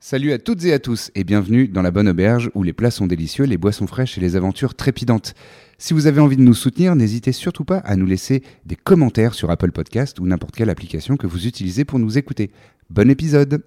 Salut à toutes et à tous et bienvenue dans la bonne auberge où les plats sont délicieux, les boissons fraîches et les aventures trépidantes. Si vous avez envie de nous soutenir, n'hésitez surtout pas à nous laisser des commentaires sur Apple Podcast ou n'importe quelle application que vous utilisez pour nous écouter. Bon épisode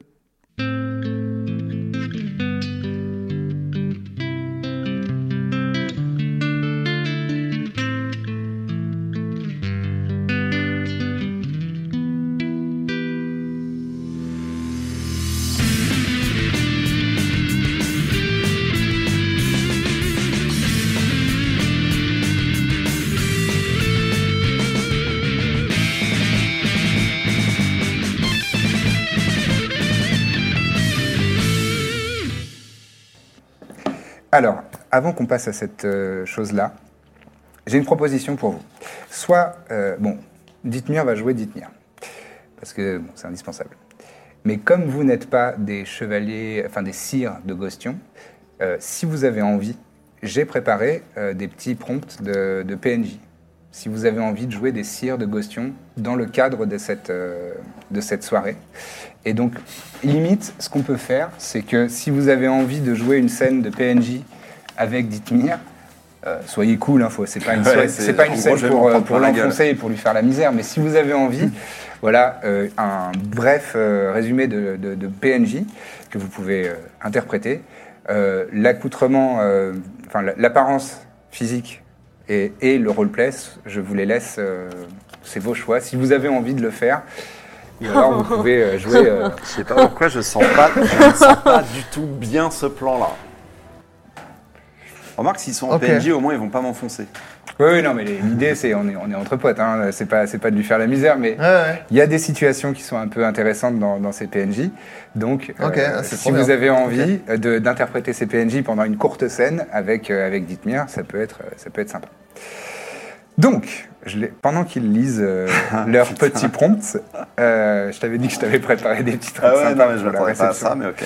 Alors, avant qu'on passe à cette euh, chose-là, j'ai une proposition pour vous. Soit, euh, bon, Dithmir va jouer Dithmir, parce que bon, c'est indispensable. Mais comme vous n'êtes pas des chevaliers, enfin des sires de Gostion, euh, si vous avez envie, j'ai préparé euh, des petits prompts de, de PNJ. Si vous avez envie de jouer des sires de Gostion dans le cadre de cette, euh, de cette soirée. Et donc, limite, ce qu'on peut faire, c'est que si vous avez envie de jouer une scène de PNJ avec Dithmir, euh, soyez cool, hein, faut- c'est pas une, Ouais, soirée- c'est- hein. c'est pas une en scène gros, je vais pour, me euh, prendre pour plein la gueule. l'enfoncer et pour lui faire la misère, mais si vous avez envie, voilà euh, un bref euh, résumé de, de- de PNJ que vous pouvez euh, interpréter. Euh, L'accoutrement, euh, enfin la- l'apparence physique et, et le roleplay, je vous les laisse, euh, c'est vos choix. Si vous avez envie de le faire, ou alors vous pouvez euh, jouer. euh, Je sais pas pourquoi je sens pas, je ne sens pas du tout bien ce plan-là. Remarque, s'ils sont en Ok. PNJ, au moins ils vont pas m'enfoncer. Oui, oui, non, mais les- l'idée, c'est on est, on est entre potes, hein, c'est pas, c'est pas de lui faire la misère, mais il y a des situations qui sont un peu intéressantes dans, dans ces PNJ. Donc, euh, Ok, ah, c'est si trop vous bien. avez envie euh, de- d'interpréter ces PNJ pendant une courte scène avec, euh, avec Dithmir, ça peut être, euh, ça peut être sympa. Donc, je l'ai- pendant qu'ils lisent euh, Ah, leurs petits prompts, euh, je t'avais dit que je t'avais préparé des petits trucs Ah ouais, sympas non, mais je pour la m'attendais pas à réception. ça, mais ok.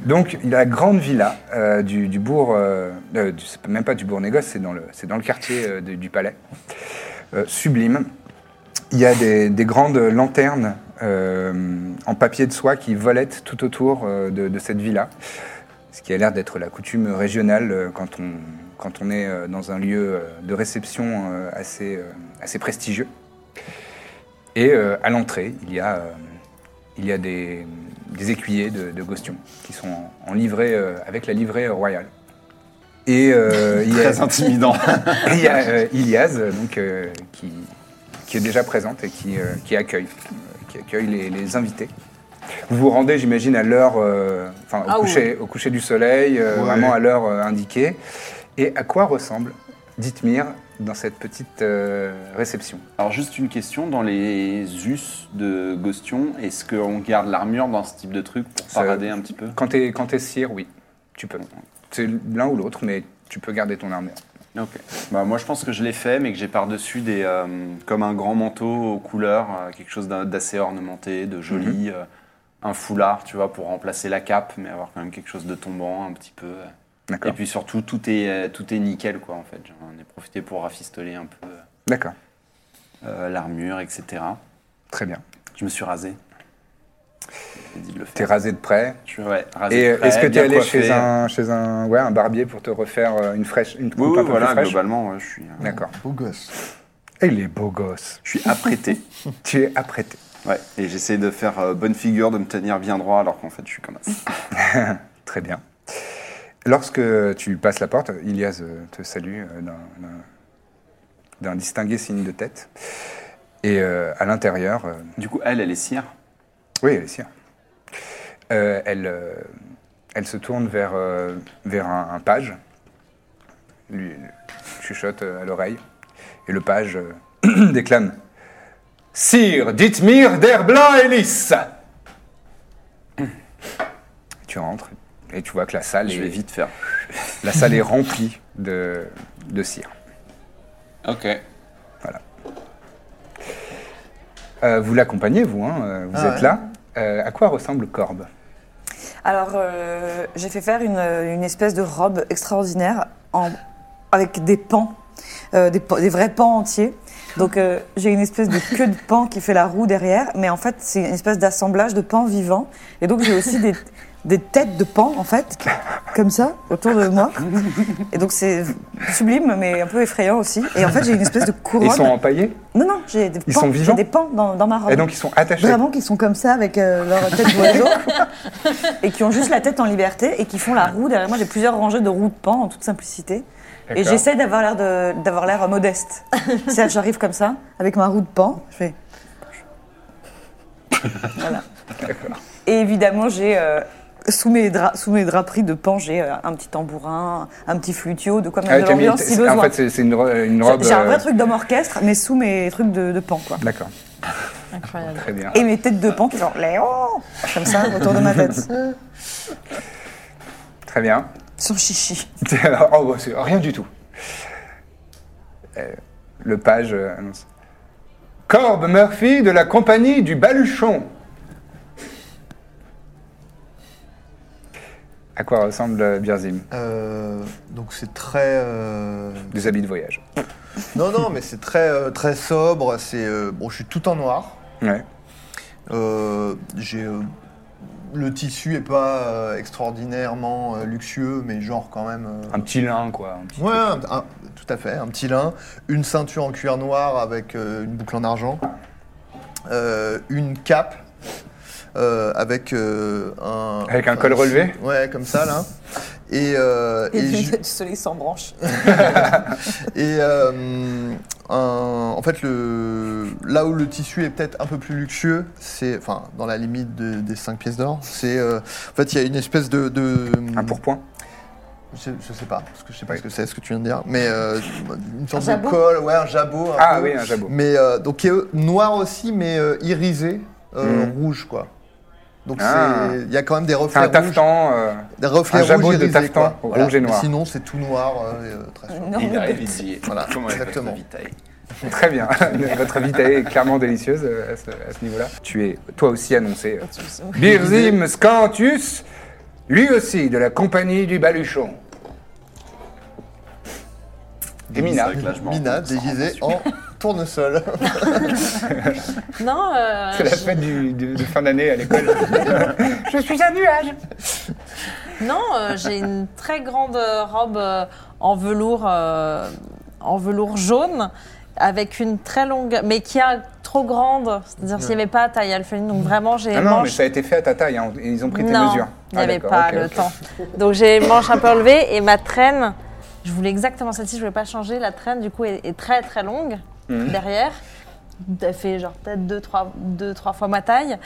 Donc, la grande villa euh, du, du bourg, euh, euh, du- c'est même pas du bourg Négoce, c'est dans le, c'est dans le quartier euh, de- du palais, Euh, sublime. Il y a des, des grandes lanternes euh, en papier de soie qui volettent tout autour euh, de, de cette villa, ce qui a l'air d'être la coutume régionale euh, quand on, quand on est euh, dans un lieu euh, de réception euh, assez, euh, assez prestigieux. Et euh, à l'entrée, il y a, euh, il y a des, des écuyers de, de Gostion qui sont en, en livrée, euh, avec la livrée royale. Et euh, il y a, Très intimidant. il y a euh, Ilias, euh, donc, euh, qui, qui est déjà présente et qui, euh, qui accueille, euh, qui accueille les, les invités. Vous vous rendez, j'imagine, à l'heure, euh, enfin, au, Ah oui. coucher, au coucher du soleil, euh, vraiment à l'heure euh, indiquée. Et à quoi ressemble Dithmir dans cette petite euh, réception Alors juste une question, dans les us de Gostion, est-ce qu'on garde l'armure dans ce type de truc pour Ça- parader un petit peu Quand t'es quand t'es sire, oui, tu peux. C'est l'un ou l'autre, mais tu peux garder ton armure. Ok. Bah, moi je pense que je l'ai fait, mais que j'ai par-dessus des, euh, comme un grand manteau aux couleurs, euh, quelque chose d'un- d'assez ornementé, de joli, euh, un foulard, tu vois, pour remplacer la cape, mais avoir quand même quelque chose de tombant un petit peu. euh. Et D'accord. puis surtout, tout est, euh, tout est nickel, quoi, en fait. J'en ai profité pour rafistoler un peu euh, D'accord. euh, l'armure, etc. Très bien. Je me suis rasé. J'ai dit de le T'es faire. rasé de près. Je suis ouais, rasé. Et euh, de près, est-ce que t'es bien allé chez coiffé. un, chez un, ouais, un barbier pour te refaire euh, une, fraîche, une coupe Oui, un oui, peu voilà, plus fraîche globalement, ouais, je suis, euh, D'accord. Beau gosse. Et il est beau gosse. je suis apprêté. Tu es apprêté. Ouais, et j'essaie de faire euh, bonne figure, de me tenir bien droit, alors qu'en fait, je suis comme ça. Très bien. Lorsque tu passes la porte, Ilias euh, te salue euh, d'un- d'un- d'un distingué signe de tête. Et euh, à l'intérieur, euh, Du coup, elle, elle est cire. Oui, elle est sienne. Euh, elle, euh, elle se tourne vers, euh, vers un, un page, lui lui chuchote euh, à l'oreille, et le page euh, déclame Sire Dithmir d'Herbla Elis tu rentres et tu vois que la salle, Je vais est, vite faire. la salle est remplie de, de cire. Ok. Euh, vous l'accompagnez, vous, hein, euh, vous Ah êtes ouais. là. Euh, à quoi ressemble Corbe Alors, euh, j'ai fait faire une, une espèce de robe extraordinaire en- avec des pans, euh, des, pa- des vrais pans entiers. Donc, euh, j'ai une espèce de queue de pan qui fait la roue derrière, mais en fait, c'est une espèce d'assemblage de pans vivants. Et donc, j'ai aussi des, des têtes de pans, en fait, comme ça, autour de moi. Et donc, c'est sublime, mais un peu effrayant aussi. Et en fait, j'ai une espèce de Ah couronne. Ils sont empaillés Non, non, j'ai des Ils pans, sont j'ai vivants des pans dans, dans ma robe. Et donc ils sont attachés. Vraiment qui Bah sont comme ça avec euh, leur tête d'oiseau et qui ont juste la tête en liberté et qui font la roue derrière moi. J'ai plusieurs rangées de roues de pan en toute simplicité. Et D'accord. j'essaie d'avoir l'air de- d'avoir l'air modeste. C'est-à-dire j'arrive comme ça avec ma roue de pan, je fais voilà. Et évidemment j'ai euh, sous mes, dra- sous mes draperies de pan, j'ai euh, un petit tambourin, un petit flutio, de quoi Ah, mettre de t'as mis- l'ambiance c'est- si en besoin. fait, c'est c'est une, ro- une robe. J'ai un vrai euh, truc d'homme orchestre, mais sous mes trucs de, de pan, quoi. D'accord, Incroyable. très bien. Et mes têtes de pan qui font Léon Comme ça, autour de ma tête. Très bien. Sur chichi. oh, bah, c'est rien du tout. Euh, le page euh, annonce. Corbe Murphy de la compagnie du Baluchon. À quoi ressemble euh, Birzim Euh, donc c'est très. euh, Des habits de voyage. Non, non, mais c'est très, euh, très sobre. C'est euh, bon, je suis tout en noir. Ouais. Euh, j'ai euh, le tissu est pas euh, extraordinairement euh, luxueux, mais genre quand même. euh, Un petit lin, quoi. un petit- Ouais, un- un- tout à fait, un petit lin, une ceinture en cuir noir avec euh, une boucle en argent, euh, une cape euh, avec euh, un... Avec un col relevé Ouais, comme ça, là. Et, euh, et ju- du soleil sans branche. et, euh, un- en fait, le, là où le tissu est peut-être un peu plus luxueux, c'est, enfin, dans la limite de- des 5 pièces d'or, c'est, euh, en fait, il y a une espèce de, de- Un pourpoint. je, je sais pas, parce que je sais pas Oui. ce que c'est, ce que tu viens de dire, mais euh, une sorte de jabot col, ouais, un jabot. un Ah peu. oui, un jabot. Mais euh, donc qui est euh, noir aussi, mais euh, irisé, euh, rouge quoi. Donc Hmm. Ah. c'est- il y a quand même des C'est reflets un rouges, taftan. euh, des reflets un jabot rouges de irisés, taftan, quoi. rouge et noir. Mais Sinon c'est tout noir, euh, euh, très Ah, chaud. Il arrive, il dit. Voilà, Comment elle exactement. fait sa vitaille Très bien. Votre vitae est clairement délicieuse euh, à ce, à ce niveau-là. Tu es toi aussi annoncé. euh, Birzim Scantus, lui aussi de la compagnie du Baluchon. Ah, Et Mina. C'est vrai que là, je m'en Mina rends compte, ça déguisée en tournesol. Non, euh, C'est la fête du- du- de fin d'année à l'école. Je suis un nuage. non, euh, j'ai une très grande euh, robe euh, en velours, euh, en velours jaune, avec une très longue, mais qui a trop grande. C'est-à-dire s'il n'y avait pas taille alphaline, donc vraiment j'ai Ah les non, mais manches. ça a été fait à ta taille. hein. Ils ont pris tes Non, mesures. Il Ah, n'y avait d'accord, pas ok, le ok. temps. Donc j'ai les manches un peu enlevées et ma traîne, je voulais exactement celle-ci, je ne voulais pas changer. La traîne, du coup, est, est très très longue Mhm. derrière. Elle fait genre peut-être deux trois, deux, trois fois ma taille.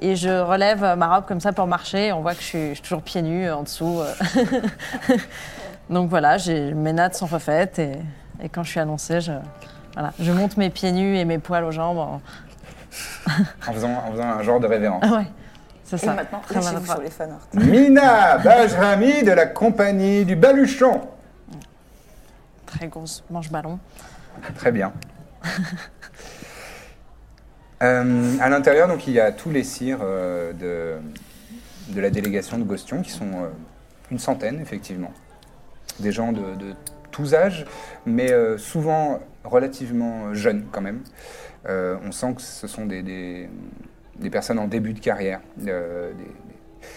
Et je relève euh, ma robe comme ça pour marcher. On voit que je suis, je suis toujours pieds nus euh, en dessous. euh. Donc voilà, j'ai- mes nattes sont refaites et, et quand je suis annoncée, je, voilà, je monte mes pieds nus et mes poils aux jambes. en- En faisant, en faisant un genre de révérence. Ah ouais, c'est Et ça. maintenant, Très bonne lâchez-vous phrase. sur les fanarts. Mina Bajrami de la compagnie du Baluchon. Très grosse manche-ballon. Très bien. Euh, à l'intérieur, donc, il y a tous les cires euh, de, de la délégation de Gostion, qui sont euh, une centaine, effectivement. Des gens de, de tous âges, mais euh, souvent relativement jeunes, quand même. Euh, on sent que ce sont des, des- des personnes en début de carrière, euh, des, des-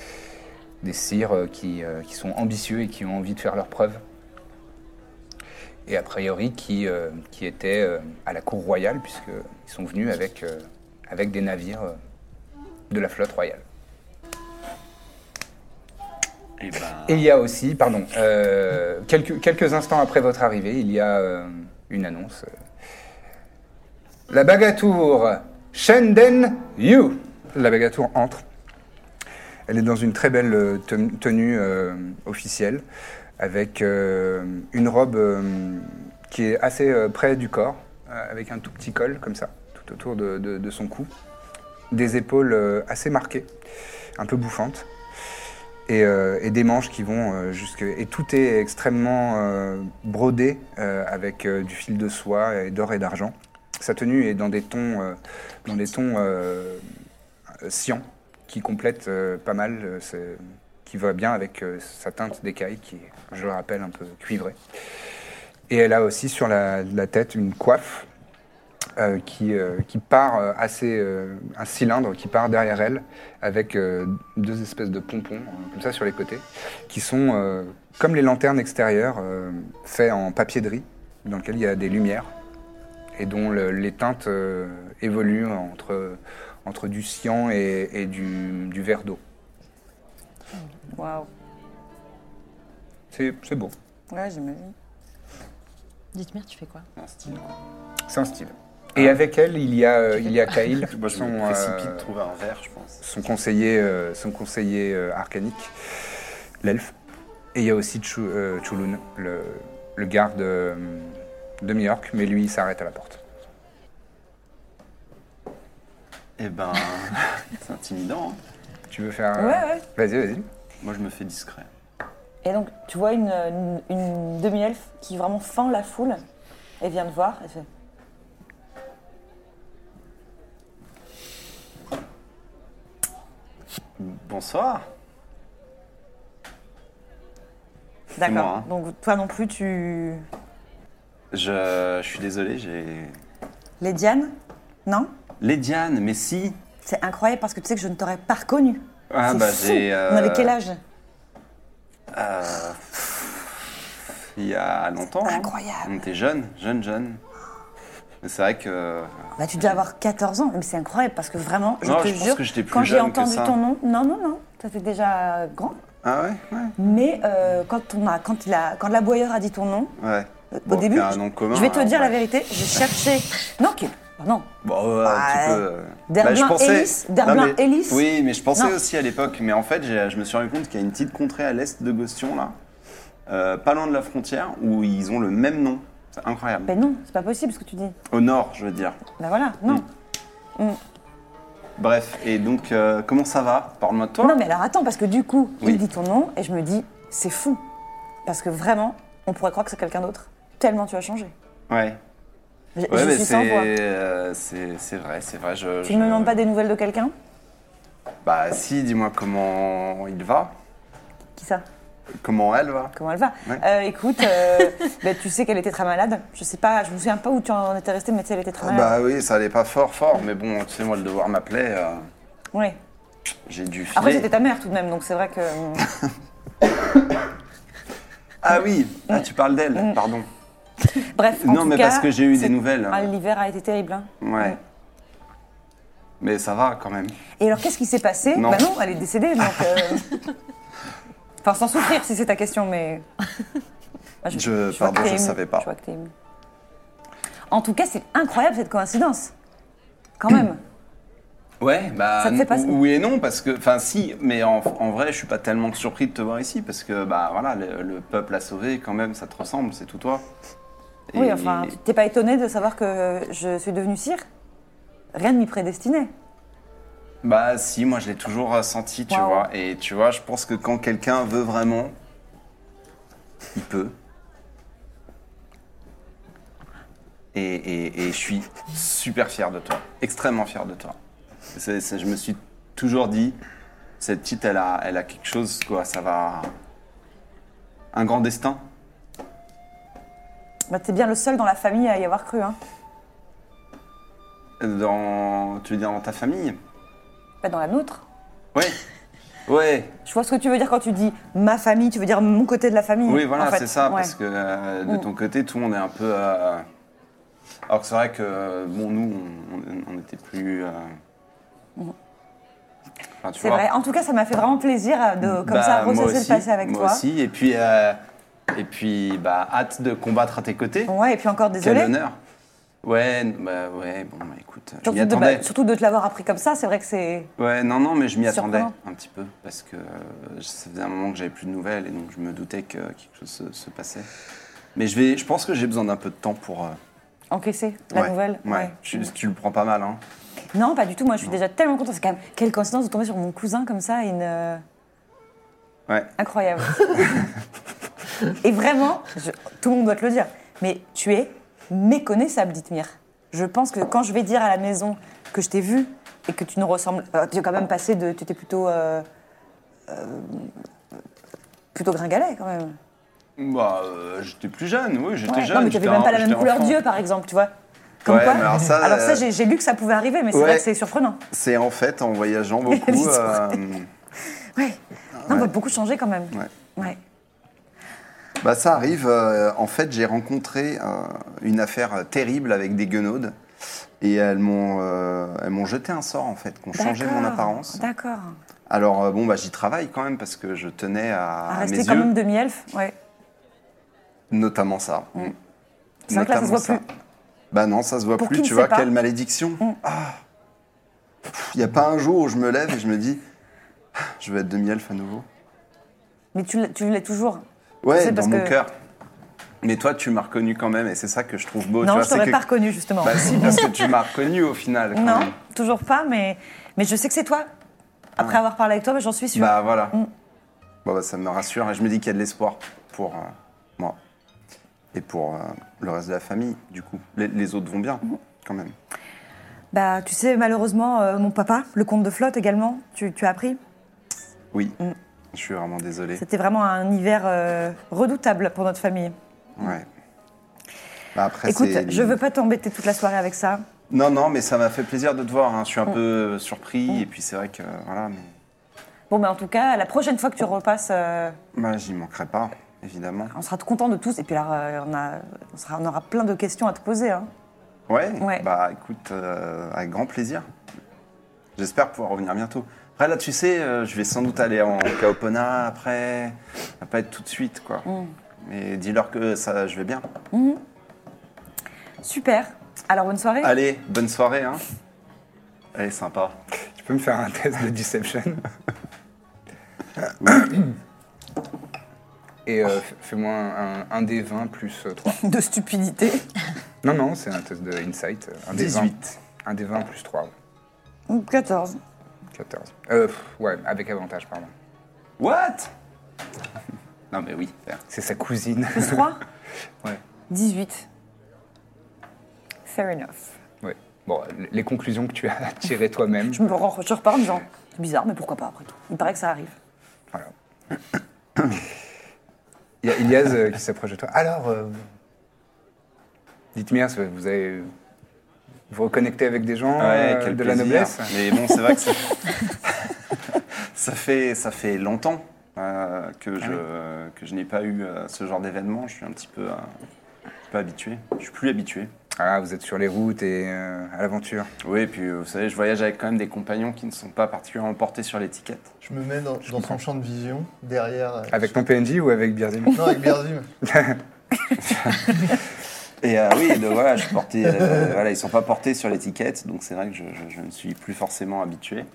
des cires euh, qui, euh, qui sont ambitieux et qui ont envie de faire leurs preuves et a priori qui, euh, qui étaient euh, à la cour royale, puisqu'ils sont venus avec, euh, avec des navires euh, de la flotte royale. Eh ben, Et il y a aussi, pardon, euh, quelques, quelques instants après votre arrivée, il y a euh, une annonce. La Bagatour Shenden Yu. La Bagatour entre. Elle est dans une très belle euh, ten- tenue euh, officielle, avec euh, une robe euh, qui est assez euh, près du corps, euh, avec un tout petit col comme ça, tout autour de, de- de son cou, des épaules euh, assez marquées, un peu bouffantes. et, euh, et des manches qui vont euh, jusque. Et tout est extrêmement euh, brodé euh, avec euh, du fil de soie et d'or et d'argent. Sa tenue est dans des tons, euh, dans des tons euh, sciants qui complètent euh, pas mal, euh, ce- qui va bien avec euh, sa teinte d'écaille qui est, je le rappelle, un peu cuivrée. Et elle a aussi sur la, la tête une coiffe euh, qui, euh, qui part euh, assez. euh, un cylindre qui part derrière elle avec euh, deux espèces de pompons, euh, comme ça sur les côtés, qui sont euh, comme les lanternes extérieures, euh, faits en papier de riz, dans lequel il y a des lumières et dont le- les teintes euh, évoluent entre, entre du cyan et, et du, du verre d'eau. Waouh. C'est c'est beau, Ouais, j'imagine. Dites-moi, tu fais quoi Un style. c'est un style. Ah. Et avec elle, il y a, euh, il y a Kaïl, Moi, je me son, précipite de euh, trouver un verre, je pense. son conseiller, euh, son conseiller euh, arcanique, l'elfe. Et il y a aussi Chu- euh, Chulun, le, le garde euh, de New York, mais lui, il s'arrête à la porte. Eh ben, c'est intimidant. hein. Tu veux faire... Ouais, ouais. Vas-y, vas-y. Moi, je me fais discret. Et donc, tu vois une, une, une demi-elfe qui vraiment fend la foule. Elle vient de voir. Elle fait Bonsoir. moi, D'accord. hein. Donc, toi non plus, tu. Je, je suis désolé, j'ai. Les Diane Non Les Diane, mais si. C'est incroyable parce que tu sais que je ne t'aurais pas reconnue. Ah, C'est bah, fou. j'ai, euh, On avait quel âge Euh, il y a longtemps. hein. Incroyable. On était jeunes, jeunes, jeunes. Mais c'est vrai que. euh, Bah, tu devais avoir 14 ans. Mais c'est incroyable parce que vraiment, je Non, te je pense jure, que j'étais plus quand j'ai jeune que entendu ça. ton nom, non, non, non, ça fait déjà grand. Ah ouais Ouais. Mais euh, quand, on a, quand, il a, quand la boyeur a dit ton nom, ouais. euh, Bon, au début, c'est un nom commun, je vais te hein, dire la ouais. vérité, je cherchais. Non, qui- bah non. Bon, ouais, Ouais. un petit peu. euh. Derblin je pensais- Ellis, Derblin Non, mais- Ellis. Oui, mais je pensais Non. aussi à l'époque. Mais en fait, j'ai- je me suis rendu compte qu'il y a une petite contrée à l'est de Gostion, là, euh, pas loin de la frontière, où ils ont le même nom. C'est incroyable. Ben non, c'est pas possible ce que tu dis. Au nord, je veux dire. Ben voilà, non. Bref, et donc, euh, comment ça va Parle-moi de toi. Non, mais alors attends, parce que du coup, Oui. il dit ton nom et je me dis, c'est fou. Parce que vraiment, on pourrait croire que c'est quelqu'un d'autre. Tellement tu as changé. Ouais. Je, Ouais, je mais suis sans c'est voix. euh, c'est- c'est vrai, c'est vrai. Je, Tu je- ne me demandes pas des nouvelles de quelqu'un Bah si, dis-moi comment il va, Qui ça comment elle va. Comment elle va Ouais. Euh, Écoute, euh, ben, tu sais qu'elle était très malade. Je sais pas, je me souviens pas où tu en étais resté, mais tu sais, elle était très malade. Bah oui, ça allait pas fort, fort, mais bon, tu sais, moi, le devoir m'appelait, euh, Ouais. j'ai dû filer. Après, c'était ta mère tout de même, donc c'est vrai que. euh, Ah oui, Mm. ah, tu parles d'elle, pardon. Bref. en Non, tout mais cas, parce que j'ai eu des c'est- nouvelles. hein. Ah, L'hiver a été terrible. hein. Ouais. Mais ça va quand même. Et alors, qu'est-ce qui s'est passé Non. Bah non, elle est décédée, donc. euh, Enfin, sans souffrir, si c'est ta question, mais. Ah, Je- vois pardon, que t'es je ému. savais pas. Je vois que t'es ému. En tout cas, c'est incroyable cette coïncidence. Quand même. Ouais, bah Ça te fait pas- n- oui et non parce que, enfin si, mais en, en vrai, je suis pas tellement surpris de te voir ici parce que bah voilà, le, le peuple a sauvé quand même, ça te ressemble, c'est tout toi. Et- Oui, enfin, tu- t'es pas étonné de savoir que je suis devenue cire Rien ne m'y prédestinait. Bah si, moi je l'ai toujours euh, senti, tu Waouh. vois. Et tu vois, je pense que quand quelqu'un veut vraiment, il peut. Et, et- et je suis super fier de toi, extrêmement fier de toi. C'est- c'est- je me suis toujours dit, cette petite, elle a, elle a quelque chose, quoi, ça va... Un grand destin Bah, t'es bien le seul dans la famille à y avoir cru, hein. dans... Tu veux dire dans ta famille Pas dans la nôtre. Ouais, ouais, Je vois ce que tu veux dire quand tu dis ma famille, tu veux dire mon côté de la famille. Oui, voilà, en fait. c'est ça, Ouais. parce que euh, de ton côté, tout le monde est un peu. euh, Alors que c'est vrai que, euh, bon, nous, on, on- on était plus. euh, enfin, tu Mm. C'est vois. vrai. En tout cas, ça m'a fait vraiment plaisir euh, de comme Bah, ça moi ressasser le aussi, passé avec moi toi. aussi, et puis, euh, et puis bah, hâte de combattre à tes côtés. Ouais, et puis encore Quel désolé. honneur. Ouais, n- bah, ouais, bon, bah, écoute, je m'y Surtout de, attendais. bah, surtout de te l'avoir appris comme ça, c'est vrai que c'est. Ouais, non, non, mais je m'y attendais Surprenant. un petit peu, parce que euh, ça faisait un moment que j'avais plus de nouvelles, et donc je me doutais que quelque chose se, se passait. Mais je, vais, je pense que j'ai besoin d'un peu de temps pour. euh, Encaissé, la Ouais, nouvelle. Ouais. ouais. Tu, tu le prends pas mal, hein. Non, pas du tout. Moi, je suis déjà tellement contente. C'est quand même quelle coïncidence de tomber sur mon cousin comme ça. Une... euh, Ouais. Incroyable. Et vraiment, je- tout le monde doit te le dire, mais tu es méconnaissable, Dithmir. Je pense que quand je vais dire à la maison que je t'ai vu et que tu ne ressembles. euh, tu es quand même passé de. Tu étais plutôt. euh, euh, plutôt gringalet, quand même. Bah, euh, j'étais plus jeune, oui, j'étais Ouais. jeune. non, mais tu j'étais même un- pas la même j'étais couleur enfant. d'yeux, par exemple, tu vois. Comme Ouais, quoi. mais alors ça, euh, j'ai- j'ai lu que ça pouvait arriver, mais c'est vrai Ouais. que c'est surprenant. C'est en fait en voyageant beaucoup. L'histoire. euh, Ouais. Non, on va beaucoup changer quand même. ouais. Ouais. Bah ça arrive. euh, en fait, j'ai rencontré euh, une affaire terrible avec des guenaudes. Et elles m'ont euh, elles m'ont jeté un sort, en fait, qui ont changé mon D'accord, apparence. D'accord. Alors, euh, bon, bah, j'y travaille quand même parce que je tenais à, À à Ah, mes rester quand yeux, même demi-elfe. Ouais. notamment ça. Mm. C'est vrai que là, ça se voit Notamment plus. Bah non, ça se voit Pour plus, qui ne tu sait vois, pas. Mm. quelle malédiction. Ah. Il n'y a pas un jour où je me lève et je me dis, Ah, je vais être demi-elfe à nouveau. Mais tu l'as- tu l'es toujours. Ouais, C'est dans parce mon que- cœur. Mais toi, tu m'as reconnu quand même, et c'est ça que je trouve beau. tu non, vois, je c'est t'aurais que- pas reconnu, justement. Bah si, parce que tu m'as reconnu au final. quand non, même. toujours pas, mais, mais je sais que c'est toi. Après avoir parlé avec toi, mais j'en suis sûre. Bah voilà. Bon, bah, ça me rassure, et je me dis qu'il y a de l'espoir pour euh, moi. Et pour euh, le reste de la famille, du coup. Les, les autres vont bien, Mm. quand même. Bah, tu sais, malheureusement, euh, mon papa, le comte de flotte également, tu, tu as appris. Oui, Mm. je suis vraiment désolé. C'était vraiment un hiver euh, redoutable pour notre famille. Ouais. Bah, après, Écoute, c'est- je veux pas t'embêter toute la soirée avec ça. Non, non, mais ça m'a fait plaisir de te voir. hein. Je Mm. suis un peu surpris, et puis c'est vrai que, euh, voilà, mais... Bon, mais en tout cas, la prochaine fois que tu repasses, euh, Bah, j'y manquerai pas, évidemment. on sera contents de tous. Et puis là, euh, on, a, on, sera- on aura plein de questions à te poser. hein. Ouais, Ouais. bah écoute, euh, avec grand plaisir. J'espère pouvoir revenir bientôt. Après, là, tu sais, euh, je vais sans doute aller en Kaopona après. Ça va pas être tout de suite, quoi. Mais dis-leur que ça, je vais bien. Super. Alors, bonne soirée. Allez, bonne soirée, hein. Allez, sympa. Tu peux me faire un test de deception Et euh, f- fais-moi un, un, un des 20 plus 3. De stupidité. Non, non, c'est un test de insight. euh, Un des 18. Un des 20 plus 3, 14. 14. Euh, pff, ouais, avec avantage, pardon. What Non, mais oui. C'est sa cousine. Plus 3 Ouais. 18. Fair enough. ouais. Bon, l- les conclusions que tu as tirées toi-même. Je me re- je repars en me disant, c'est bizarre, mais pourquoi pas après tout Il paraît que ça arrive. Voilà. Il y a Ilias euh, qui s'approche de toi. Alors, euh, dites-moi, ça- vous avez vous reconnectez avec des gens euh, de la noblesse Mais bon, c'est vrai que ça, ça fait, ça fait longtemps euh, que, je, que je n'ai pas eu euh, ce genre d'événement. Je suis un petit peu, euh, pas habitué. Je suis plus habitué. Ah, vous êtes sur les routes et euh, à l'aventure. Oui, et puis euh, vous savez, je voyage avec quand même des compagnons qui ne sont pas particulièrement portés sur l'étiquette. Je me mets dans, dans son champ de vision, derrière. euh, Avec ton PNJ ou avec Birzim Non, avec Berzim. Et euh, oui, donc voilà, je portais, euh, voilà, ils ne sont pas portés sur l'étiquette, donc c'est vrai que je, je- je ne suis plus forcément habitué.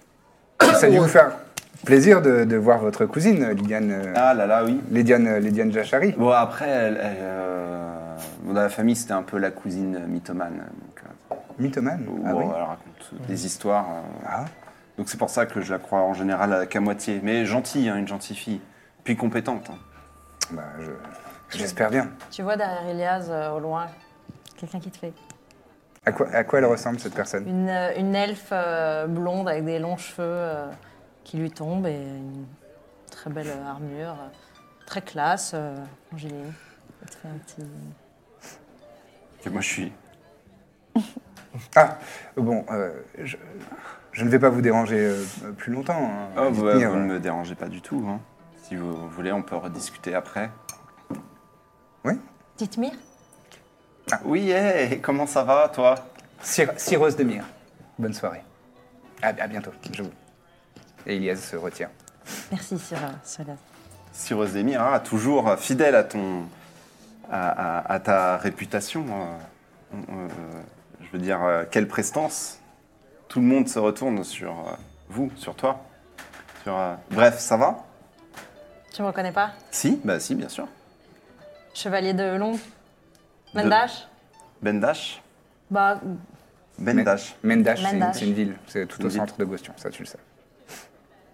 Ça a dû vous faire plaisir de, de voir votre cousine, Liliane, euh, Ah là là, oui. Lidiane, euh, Lidiane Jachari. Bon, après, elle- elle, euh, dans la famille, c'était un peu la cousine mythomane. donc, euh, Mythomane Où Ah oui elle raconte des histoires. euh, Ah. Donc c'est pour ça que je la crois en général euh, qu'à moitié. Mais gentille, hein, une gentille fille. Puis compétente. hein. Bah, je- J'espère bien. Tu vois derrière Elias, euh, au loin, quelqu'un qui te fait. À quoi, à quoi elle ressemble, cette personne Une, euh, une elfe euh, blonde avec des longs cheveux euh, qui lui tombent et une très belle euh, armure, euh, très classe, euh, Angéline. Elle te fait un petit- Et moi je suis. Ah, bon, euh, je, je ne vais pas vous déranger euh, plus longtemps. hein, Oh, vous, euh, Dithmir. vous ne me dérangez pas du tout. hein. Si vous voulez, on peut rediscuter après. Oui Petite mire Ah. Oui, hey, comment ça va, toi Cyr- Cyrus de Mire. Bonne soirée. À, à bientôt, je vous. Et Elias se retire. Merci, Sir, euh, Sir Elias. Cyrus Demir, ah, toujours euh, fidèle à ton, à, à- à ta réputation. euh, on- euh, je veux dire, euh, quelle prestance Tout le monde se retourne sur euh, vous, sur toi. Sur, euh, Bref, ça va Tu me reconnais pas Si, bah si, bien sûr. Chevalier de Londres Mendash Bendash, Bah, Bendash. Mendash, c'est une- Mendash. c'est une ville, c'est tout Une au ville. centre de Gostion, ça tu le sais.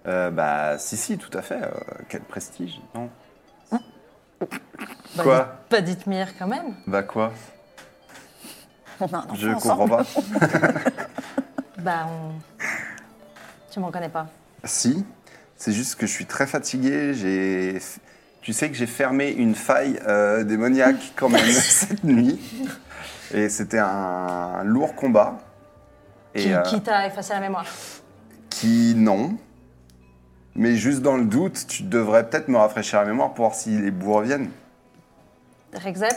Euh, bah, si, si, tout à fait. euh, quel prestige, non Bah, Quoi dites- Bah dites Mire quand même. Bah quoi On a un enfant Je ensemble. comprends pas. Bah on... Tu me reconnais pas. Si, c'est juste que je suis très fatigué. J'ai, tu sais que j'ai fermé une faille euh, démoniaque quand même cette nuit, et c'était un lourd combat. Et Qui, euh, qui t'a effacé la mémoire. qui non, mais juste dans le doute, tu devrais peut-être me rafraîchir la mémoire pour voir si les bouts reviennent. Rexep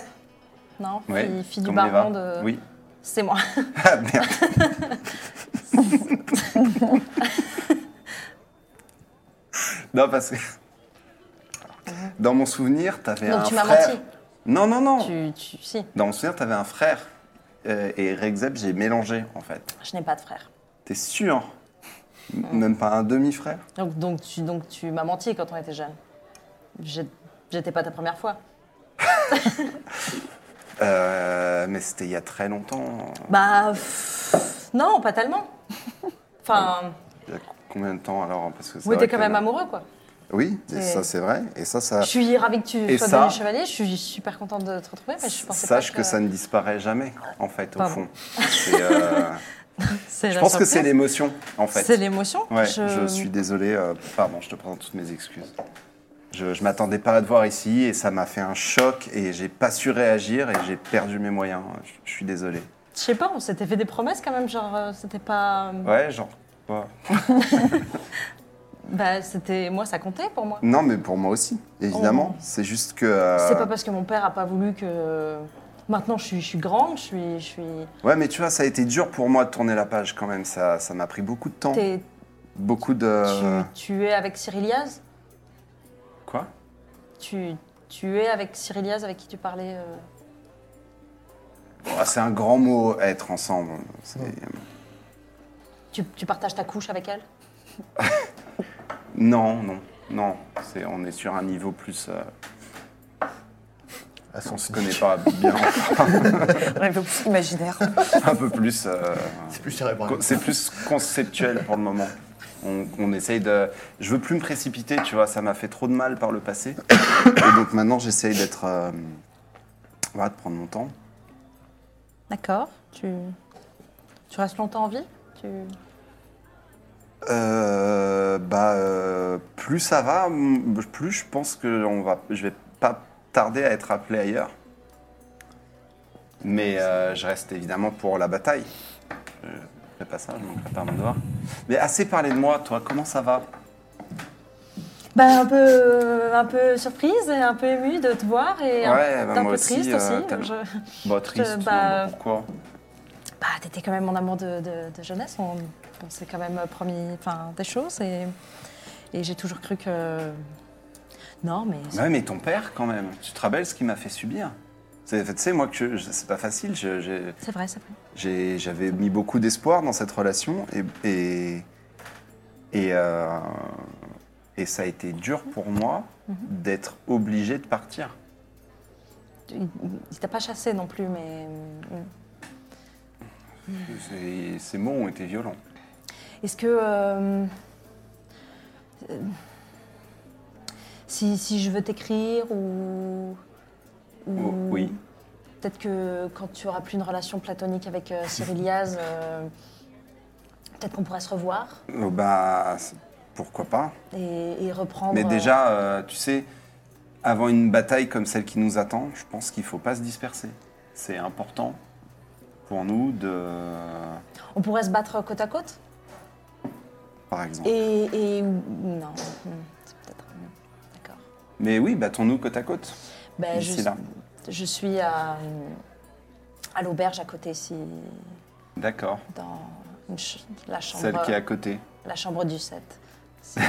Non Ouais, Fille, fille du comment il va baron de... Oui. C'est moi. Ah merde. non, parce que. Dans mon souvenir, t'avais Donc un tu m'as frère. menti. Non, non, non. Tu, tu... Si, Dans mon souvenir, t'avais un frère. Euh, et Rexep, j'ai mélangé, en fait. je n'ai pas de frère. T'es sûr M- Même pas un demi-frère Donc, donc tu, donc tu m'as menti quand on était jeune. J'ai- J'étais pas ta première fois. Euh, Mais c'était il y a très longtemps. Bah pff, non, pas tellement. Enfin, Il y a combien de temps alors Parce que Ah, c'est vous vrai étiez quand que- même amoureux quoi. Oui, et C'est- ça c'est vrai. Et ça, ça. Je suis ravie que tu Et sois ça- devenu chevalier. Je suis super contente de te retrouver, mais je pensais Sache pas que... ça ne disparaît jamais, en fait, au Pardon. fond. C'est, euh, C'est je la pense que surprise. c'est l'émotion, en fait. C'est l'émotion. Ouais, je... suis désolé. euh, pardon, je te présente toutes mes excuses. Je ne m'attendais pas à te voir ici et ça m'a fait un choc et j'ai pas su réagir et j'ai perdu mes moyens. Je, je suis désolé. Je sais pas, on s'était fait des promesses quand même, genre euh, c'était pas. Ouais, genre. quoi Bah c'était moi, ça comptait pour moi. Non, mais pour moi aussi, évidemment. C'est juste que. euh, Oh. C'est pas parce que mon père a pas voulu que. Maintenant je suis, je suis grande, je suis, je suis. Ouais, mais tu vois, ça a été dur pour moi de tourner la page quand même. Ça ça m'a pris beaucoup de temps. T'es- Beaucoup de. tu, tu es avec Cyril Yaz Quoi tu, tu es avec Cyril Yaz avec qui tu parlais euh, Oh, C'est un grand mot, être ensemble. C'est- tu, tu partages ta couche avec elle Non, non, non. C'est- on est sur un niveau plus. euh, À son on se connaît pas bien, Un peu plus imaginaire. un peu plus. euh, C'est plus cérébral. co- c'est plus conceptuel pour le moment. On, on essaye de. Je veux plus me précipiter, tu vois. Ça m'a fait trop de mal par le passé. Et donc maintenant, j'essaye d'être. euh, voilà, de prendre mon temps. D'accord. Tu, tu restes longtemps en vie tu... Euh, bah, euh, plus ça va, m- plus je pense que on va, je vais pas tarder à être appelé ailleurs. Mais euh, je reste évidemment pour la bataille. Je ferai pas ça, je manquerai pas mon devoir. Mais assez parlé de moi, toi, comment ça va Bah, un, peu, un peu surprise et un peu émue de te voir et un, Ouais, bah, un moi peu aussi, triste euh, aussi. tellement. Je- Bah, triste, Euh, bah, non, pourquoi Bah, t'étais quand même mon amour de, de- de jeunesse, on, on s'est quand même promis enfin, des choses et, et j'ai toujours cru que. Non, mais. Ouais, mais ton père, quand même, tu te rappelles ce qu'il m'a fait subir C'est- Tu sais, moi, que je- je- c'est pas facile, je- j'ai- C'est vrai, c'est vrai. J'ai- J'avais mis beaucoup d'espoir dans cette relation et et et, euh, et ça a été dur pour moi Mhm. d'être obligé de partir. Il il t'a pas chassé non plus, mais. mm. C'est- Ces mots ont été violents. Est-ce que. euh, euh, si, si je veux t'écrire ou. Oh, ou- oui. Peut-être que quand tu auras plus une relation platonique avec euh, Cyril Yaz, euh, peut-être qu'on pourrait se revoir Oh, bah c'est- pourquoi pas et, et reprendre. Mais euh, déjà, euh, tu sais, avant une bataille comme celle qui nous attend, je pense qu'il faut pas se disperser. C'est important pour nous de, on pourrait se battre côte à côte par exemple. Et. et- non, c'est peut-être. D'accord. Mais oui, battons-nous côte à côte. Ben, je, D'ici là. je suis à, à l'auberge à côté, si, D'accord. dans une ch- la chambre. Celle qui est à côté. La chambre du 7. Si,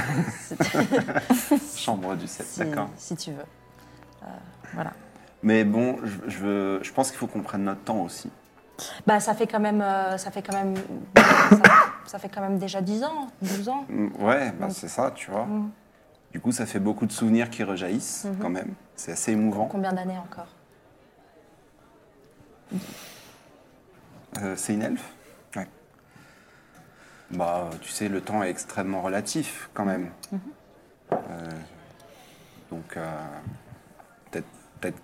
si- Chambre du 7, si- d'accord. si tu veux. Euh, voilà. Mais bon, je, je veux- je pense qu'il faut qu'on prenne notre temps aussi. Bah, ça fait quand même. euh, ça, fait quand même ça, ça fait quand même déjà 10 ans, 12 ans. Mm, Ouais, bah, c'est ça, tu vois. Du coup, ça fait beaucoup de souvenirs qui rejaillissent Mhm. quand même. C'est assez émouvant. Combien d'années encore Euh, c'est une elfe Ouais. Bah, tu sais, le temps est extrêmement relatif quand même. Mhm. Euh, donc, euh, peut-être peut-être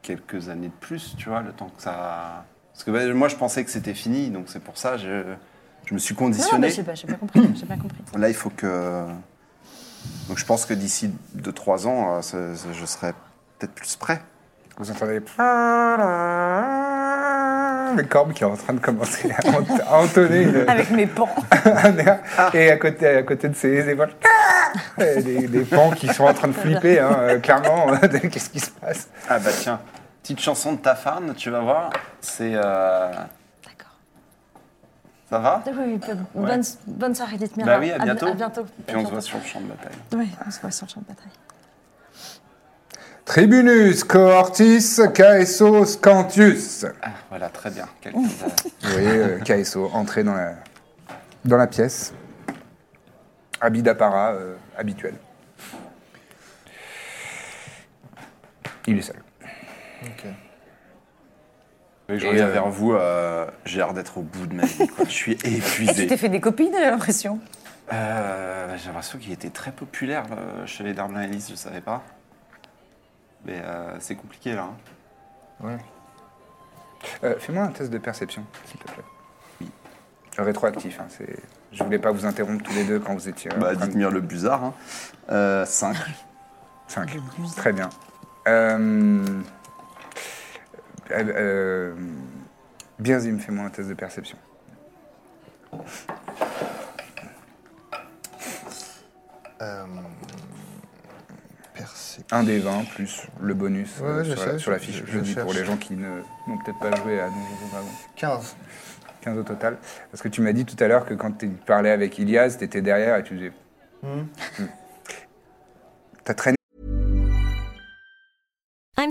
quelques années de plus, tu vois, le temps que ça. Parce que bah, moi, je pensais que c'était fini, donc c'est pour ça je, je me suis Non, non, mais conditionné. j'ai pas, j'ai pas compris. J'ai pas compris. Là, il faut que. Donc, je pense que d'ici 2-3 ans, euh, ce- ce- je serai peut-être plus prêt. Vous entendez les cordes qui est en train de commencer à ent- à entonner une- Avec mes pans. un air. et à côté, à côté de ces épaules, Ah et des, des pans qui sont en train de flipper, hein, euh, clairement, de- qu'est-ce qui se passe Ah, bah tiens, petite chanson de Tafarn, tu vas voir. C'est. euh, D'accord. Ça va Oui, oui, bonne, Ouais. bonne soirée, dites-moi. Bah oui, à bientôt. À, bientôt. Puis on se voit sur le champ de bataille. Oui, on se voit sur le champ de bataille. Tribunus, cohortis, caeso, scantius. Ah, voilà, très bien. Quelqu'un de- Vous voyez euh, Caeso entrer dans la, dans la pièce, habit d'apparat euh, habituel. Il est seul. Ok. Et je Et, reviens euh, vers vous, euh, j'ai l'air d'être au bout de ma vie. quoi. Je suis Et Ah, tu épuisé. t'es fait des copines, j'ai l'impression. Euh, j'ai l'impression qu'il était très populaire là, chez les Darblin Ellis, je savais pas. Mais euh, c'est compliqué là. hein. Euh, Fais-moi un test de perception, s'il te plaît. Oui. Rétroactif, hein, c'est... Je voulais pas vous interrompre tous les deux quand vous étiez... euh, Bah, dites-moi le Euh, buzard. 5. 5. Très bien. Euh... euh, euh, Birzim, fais-moi un test de perception. Euh, percé- Un des 20 plus le bonus Ouais, euh, ouais, je sur, la, sais, sur la je- fiche. je- Je, je dis pour cherche. les gens qui ne- n'ont peut-être pas joué à Donjons et Dragons. 15. 15 au total. Parce que tu m'as dit tout à l'heure que quand tu parlais avec Ilias, tu étais derrière et tu faisais. Hmm. T'as traîné I'm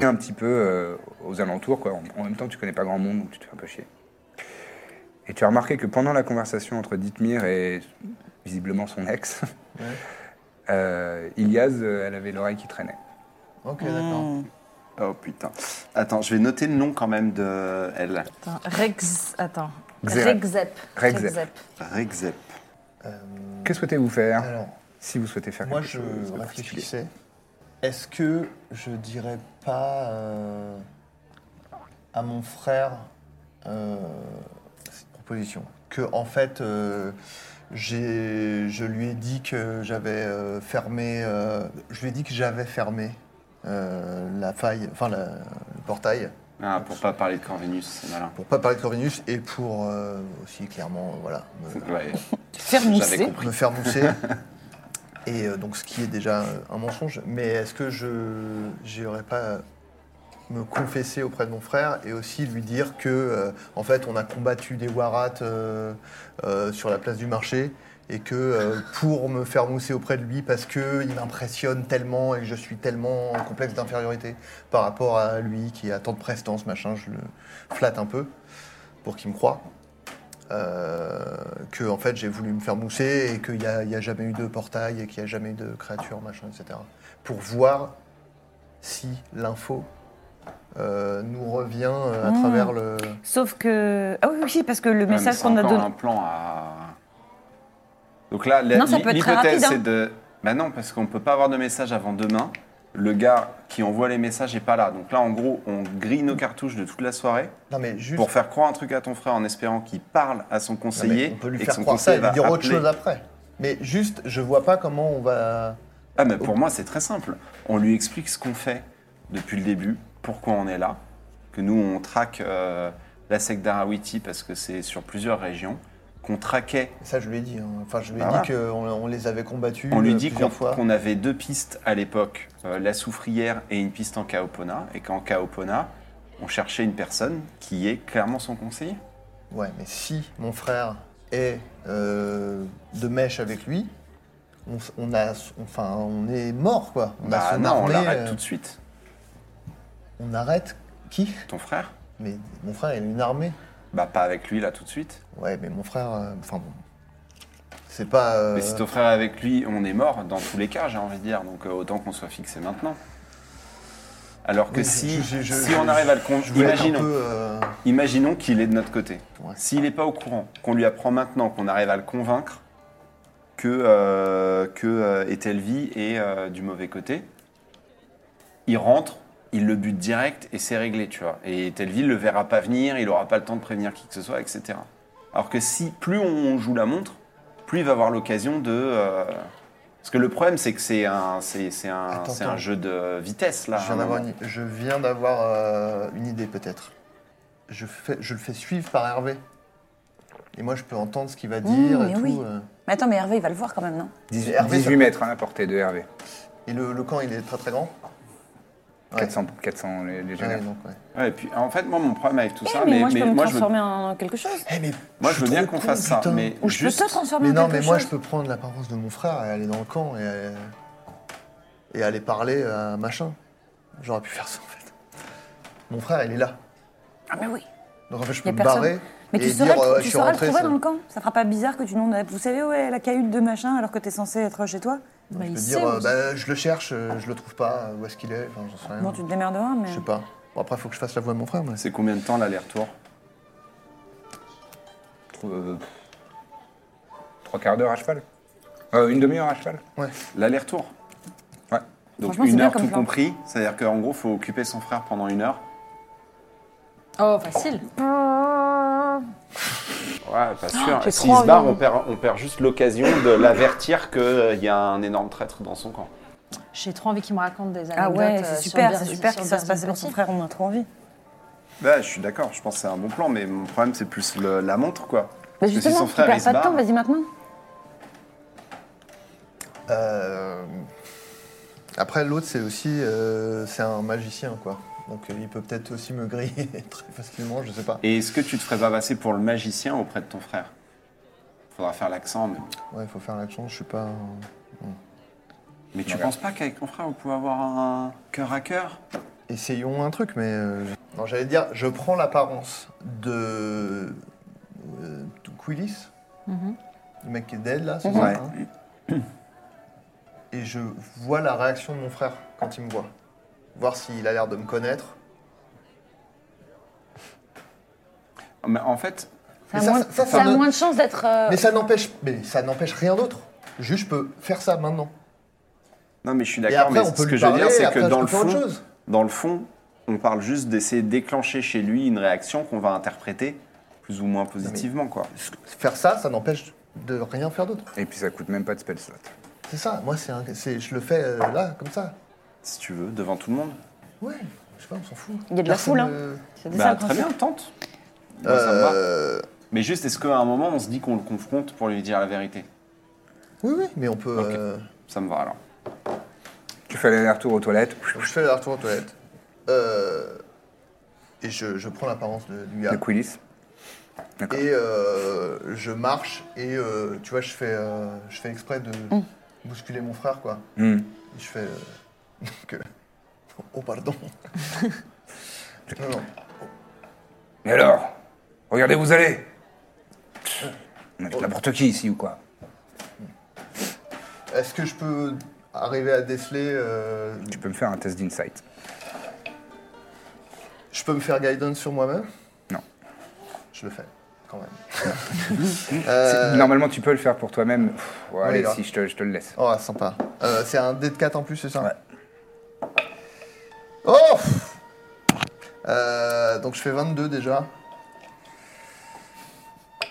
un petit peu euh, aux alentours. Quoi. En, en même temps, tu connais pas grand monde, donc tu te fais un peu chier. Et tu as remarqué que pendant la conversation entre Dithmir et visiblement son ex, euh, Ilias, euh, elle avait l'oreille qui traînait. Ok, d'accord. Oh putain. Attends, je vais noter le nom quand même de elle. Attends, Rex. Attends. Xera- Rexep. Rexep. Rexep. Ah. Que souhaitez-vous faire Euh, Alors, Si vous souhaitez faire moi quelque je chose de euh, particulier. réfléchissais. Est-ce que je dirais pas euh, à mon frère euh, cette proposition Que en fait, euh, j'ai- je lui ai dit que j'avais euh, fermé. euh, je lui ai dit que j'avais fermé euh, la faille, enfin la- le portail. Ah, pour pas parler de Corvinus, c'est malin. Pour pas parler de Corvinus et pour euh, aussi clairement, euh, voilà, me- Ouais. Faire J'avais mousser. compris. me faire mousser. Et euh, donc, ce qui est déjà euh, un mensonge. Mais est-ce que je j'aurais pas euh, me confesser auprès de mon frère et aussi lui dire que, euh, en fait, on a combattu des warats euh, euh, sur la place du marché et que euh, pour me faire mousser auprès de lui parce que il m'impressionne tellement et que je suis tellement en complexe d'infériorité par rapport à lui qui a tant de prestance, machin, je le flatte un peu pour qu'il me croie euh, que en fait j'ai voulu me faire mousser et qu'il n'y a, il y a jamais eu de portail et qu'il n'y a jamais eu de créature, machin, etc. Pour voir si l'info euh, nous revient euh, à Mm. travers le. Sauf que. Ah oui, oui, parce que le Ouais, mais message c'est qu'on a encore donné. un plan à. Donc là, la- Non, ça l'hy- peut être très l'hypothèse, rapide, hein. c'est de. Bah non, parce qu'on peut pas avoir de message avant demain. Le gars qui envoie les messages est pas là. Donc là, en gros, on grille nos cartouches de toute la soirée Non mais juste. pour faire croire un truc à ton frère en espérant qu'il parle à son Non, mais conseiller on peut lui et que faire son croire ça conseiller et lui va dire autre appeler. chose après. Mais juste, je vois pas comment on va. Ah, mais pour moi, c'est très simple. On lui explique ce qu'on fait depuis le début, pourquoi on est là, que nous, on traque euh, la secte d'Arawiti parce que c'est sur plusieurs régions, qu'on traquait Ça, je lui ai dit. hein. Enfin, je lui ai Bah Voilà. dit qu'on on les avait combattus. On lui euh, dit qu'on plusieurs fois. qu'on avait deux pistes à l'époque, euh, la soufrière et une piste en Kaopona, et qu'en Kaopona, on cherchait une personne qui est clairement son conseiller. Ouais, mais si mon frère est euh, de mèche avec lui, on, s- on a, on- enfin, on est mort quoi. On a Bah son non, on armée, l'arrête euh, tout de suite. On arrête qui Ton frère Mais mon frère, il a une armée. Bah pas avec lui là tout de suite. Ouais, mais mon frère, euh, enfin bon, c'est pas. euh, Mais si ton frère est avec lui, on est mort dans tous les cas, j'ai envie de dire. Donc euh, autant qu'on soit fixé maintenant. Alors que oui, si, je- je- si je- on arrive à le con- je voulais être un imaginons, peu, euh, imaginons qu'il est de notre côté. Ouais. S'il n'est pas au courant, qu'on lui apprend maintenant, qu'on arrive à le convaincre que euh, que euh, Etelvi est euh, du mauvais côté, il rentre, il le bute direct et c'est réglé, tu vois. Et Telville le verra pas venir, il n'aura pas le temps de prévenir qui que ce soit, etc. Alors que si plus on joue la montre, plus il va avoir l'occasion de. euh, Parce que le problème, c'est que c'est un, c'est, c'est un, Attends, c'est attends. un jeu de vitesse là. hein. je viens à un d'avoir moment. une, je viens d'avoir, euh, une idée peut-être. Je, fais, je le fais suivre par Hervé. Et moi, je peux entendre ce qu'il va dire et Oh, mais tout. oui. euh. Mais attends, mais Hervé, il va le voir quand même, non 18, Hervé, ça- 18 mètres hein, à portée de Hervé. Et le, le camp, il est très très grand. Ouais. 400, 400 lé- Ouais, légionnaires. donc, ouais. Ah, Ouais, et puis, en fait, moi, mon problème avec tout Eh, ça, mais, mais, moi, je mais peux me moi, je veux, transformer en quelque chose. Eh, mais moi, je je suis veux bien trop qu'on con, fasse ça, putain. mais Ou je juste, peux te transformer Mais en non, quelque mais moi, je chose. peux prendre l'apparence de mon frère et aller dans le camp et aller, et aller parler à machin. J'aurais pu faire ça, en fait. Mon frère, il est là. Ah, mais oui. Donc, en fait, je Y peux a me personne. barrer Mais et tu sauras, dire, euh, le- je tu suis sauras le rentré. trouver ça- dans le camp. Ça fera pas bizarre que tu nous. Vous savez, ouais, la cahute de machin, alors que t'es censé être chez toi. Bah, Je il peux sait dire, où euh, c'est. bah, je le cherche, euh, je le trouve pas, euh, où est-ce qu'il est, enfin, j'en sais rien. Bon, tu te démerderas, mais. Je sais pas. Bon, après, faut que je fasse la voix de mon frère, mais... c'est combien de temps l'aller-retour Euh, Trois quarts d'heure à cheval Euh, Une demi-heure à cheval Ouais. L'aller-retour Ouais. Donc Franchement, c'est une bien heure comme tout plan. compris, c'est-à-dire qu'en gros, faut occuper son frère pendant une heure. Oh, facile. Ouais, Ah, pas sûr. j'ai S'il trop se barre, envie. on perd, on perd juste l'occasion de l'avertir qu'il y a un énorme traître dans son camp. J'ai trop envie qu'il me raconte des anecdotes. Ah ouais, euh, c'est sur super, Ber- c'est super sur que ça se passe pour Berzin son Petit. frère, on a trop envie. Bah, je suis d'accord, je pense que c'est un bon plan, mais mon problème, c'est plus le- la montre, quoi. Mais Parce que si son Bah, justement, tu frère, il perds se pas de barre- temps, vas-y maintenant. Euh, Après, l'autre, c'est aussi... euh, c'est un magicien, quoi. Donc, euh, il peut peut-être aussi me griller très facilement, je sais pas. Et est-ce que tu te ferais pas passer pour le magicien auprès de ton frère Faudra faire l'accent, mais... Ouais, il faut faire l'action, je suis pas... un- Mais tu penses pas qu'avec ton frère, on pouvait avoir un cœur à cœur Essayons un truc, mais... euh, Non, j'allais dire, je prends l'apparence de... euh, de Quillis, Mhm. le mec qui est dead, là, c'est Ouais. ça hein Et je vois la réaction de mon frère quand il me voit. Voir s'il a l'air de me connaître. Mais en fait, Mais Ça a ça, moins- ça, ça, Ça a ne- moins de chances d'être. euh, Mais ça n'empêche, mais ça n'empêche rien d'autre. Juste, je peux faire ça maintenant. non, mais je suis Et d'accord, après, mais on peut ce lui que je veux parler. dire, c'est après, que je dans peux le faire autre fond, chose. dans le fond, on parle juste d'essayer de déclencher chez lui une réaction qu'on va interpréter plus ou moins positivement, quoi. faire ça, ça n'empêche de rien faire d'autre. Et puis ça coûte même pas de spell slot. C'est ça. Moi, c'est, un- c'est- je le fais euh, là, comme ça. Si tu veux, devant tout le monde. Ouais. Je sais pas, on s'en fout. Il y a de la Personne foule, hein. ne- C'était ça Bah, le très principe. bien, tente. Moi, ça me va. Euh. Mais juste, est-ce qu'à un moment, on se dit qu'on le confronte pour lui dire la vérité Oui, oui, mais on peut. Ok. euh, Ça me va alors. Tu fais l'aller-retour aux toilettes. donc, je fais le retour aux toilettes. Euh, et je, je prends l'apparence de, du gars. De Quillis. D'accord. Et euh, je marche et euh, tu vois, je fais, euh, je fais exprès de Mm. bousculer mon frère, quoi. Hmm. Je fais. euh, donc, euh, oh, pardon. non, non. Et alors Regardez où vous allez On est avec n'importe qui ici ou quoi Est-ce que je peux arriver à déceler. euh, Tu peux me faire un test d'insight. je peux me faire guidance sur moi-même Non. Je le fais, quand même. Euh, C'est- Normalement, tu peux le faire pour toi-même. Pff, ouais, allez, là. si, je te, je te le laisse. Oh, sympa. Euh, c'est un dé de 4 en plus, c'est ça Ouais. Oh Euh, Donc je fais 22 déjà.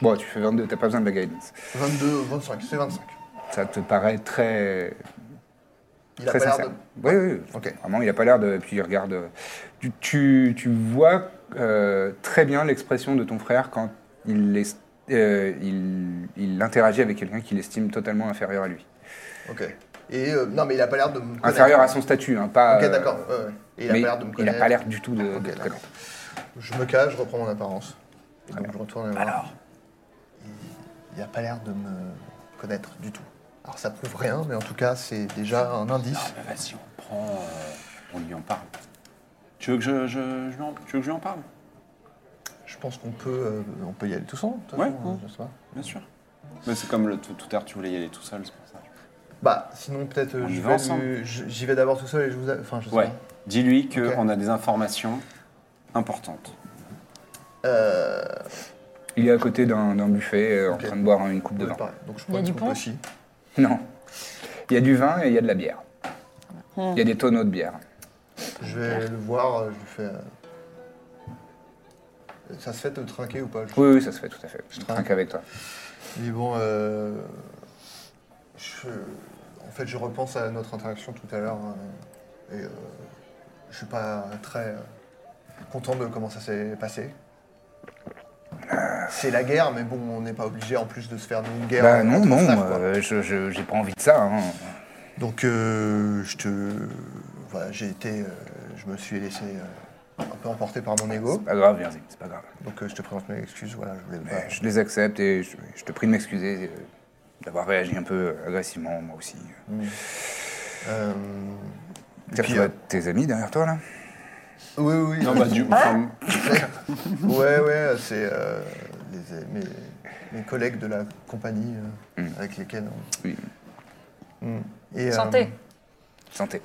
Bon, tu fais 22, t'as pas besoin de la guidance. 22, 25, c'est 25. Ça te paraît très. Il a très pas l'air sincère. de. Oui, oui, oui. Ok. Vraiment, il a pas l'air de. Puis il regarde. euh, Tu, tu, tu vois euh, très bien l'expression de ton frère quand il, est- euh, il, il interagit avec quelqu'un qu'il estime totalement inférieur à lui. Ok. Et euh, non, mais il a pas l'air de. me connaître. Inférieur à son statut, hein, pas. Ok, euh, d'accord. ouais, ouais. Et il a mais pas l'air de me il a connaître. pas l'air du tout de, de Ok, te d'accord. connaître. Je me cache, je reprends mon apparence. Et donc je retourne le voir. Alors Il n'a pas l'air de me connaître du tout. Alors ça prouve rien, mais en tout cas c'est déjà un indice. Bah, Vas-y, on prend. euh, on lui en parle. Tu veux que je, je- je lui en- tu veux que je lui en parle Je pense qu'on peut, euh, on peut y aller tous ensemble. de toute Ouais. façon, euh, je sais pas. Bien sûr. Mais c'est comme le, tout, tout à l'heure, tu voulais y aller tout seul, c'est pour ça. Bah sinon peut-être euh, On y je va vais ensemble. lui- je- j'y vais d'abord tout seul et je vous. a- Enfin je sais Ouais. pas. Dis-lui qu'on Ok. a des informations importantes. Il est à côté d'un d'un buffet euh, en Euh. Ok. train de boire une coupe de Ouais, vin. pareil. Donc je y a prends du une coupe pain aussi. Non. Il y a du vin et il y a de la bière. Il y a des tonneaux de bière. Je vais le voir, euh, je lui fais. euh, Ça se fait de trinquer ou pas je- Oui, oui, ça se fait tout à fait. Je trinque avec toi. Mais bon, euh, je- en fait, je repense à notre interaction tout à l'heure euh, et euh, je suis pas très euh, content de comment ça s'est passé. C'est la guerre, mais bon, on n'est pas obligé en plus de se faire une guerre. Bah non, entre non, frères, quoi. euh, je je- j'ai pas envie de ça. hein. Donc, euh, je te, voilà, j'ai été, euh, je me suis laissé euh, un peu emporter par mon ego. C'est pas grave, viens-y, c'est pas grave. Donc, euh, je te présente mes excuses. Voilà, je voulais. Mais pas- je les accepte et je, je te prie de m'excuser euh, d'avoir réagi un peu agressivement, moi aussi. Euh, Tiens, puis, tu vois euh, tes amis derrière toi, là oui, oui. Ah Non, bah, du enfin, Ouais, ouais, c'est euh, les- mes, mes collègues de la compagnie euh, avec lesquels. on- Mm. Oui. Mm. Et, euh, Santé. Santé.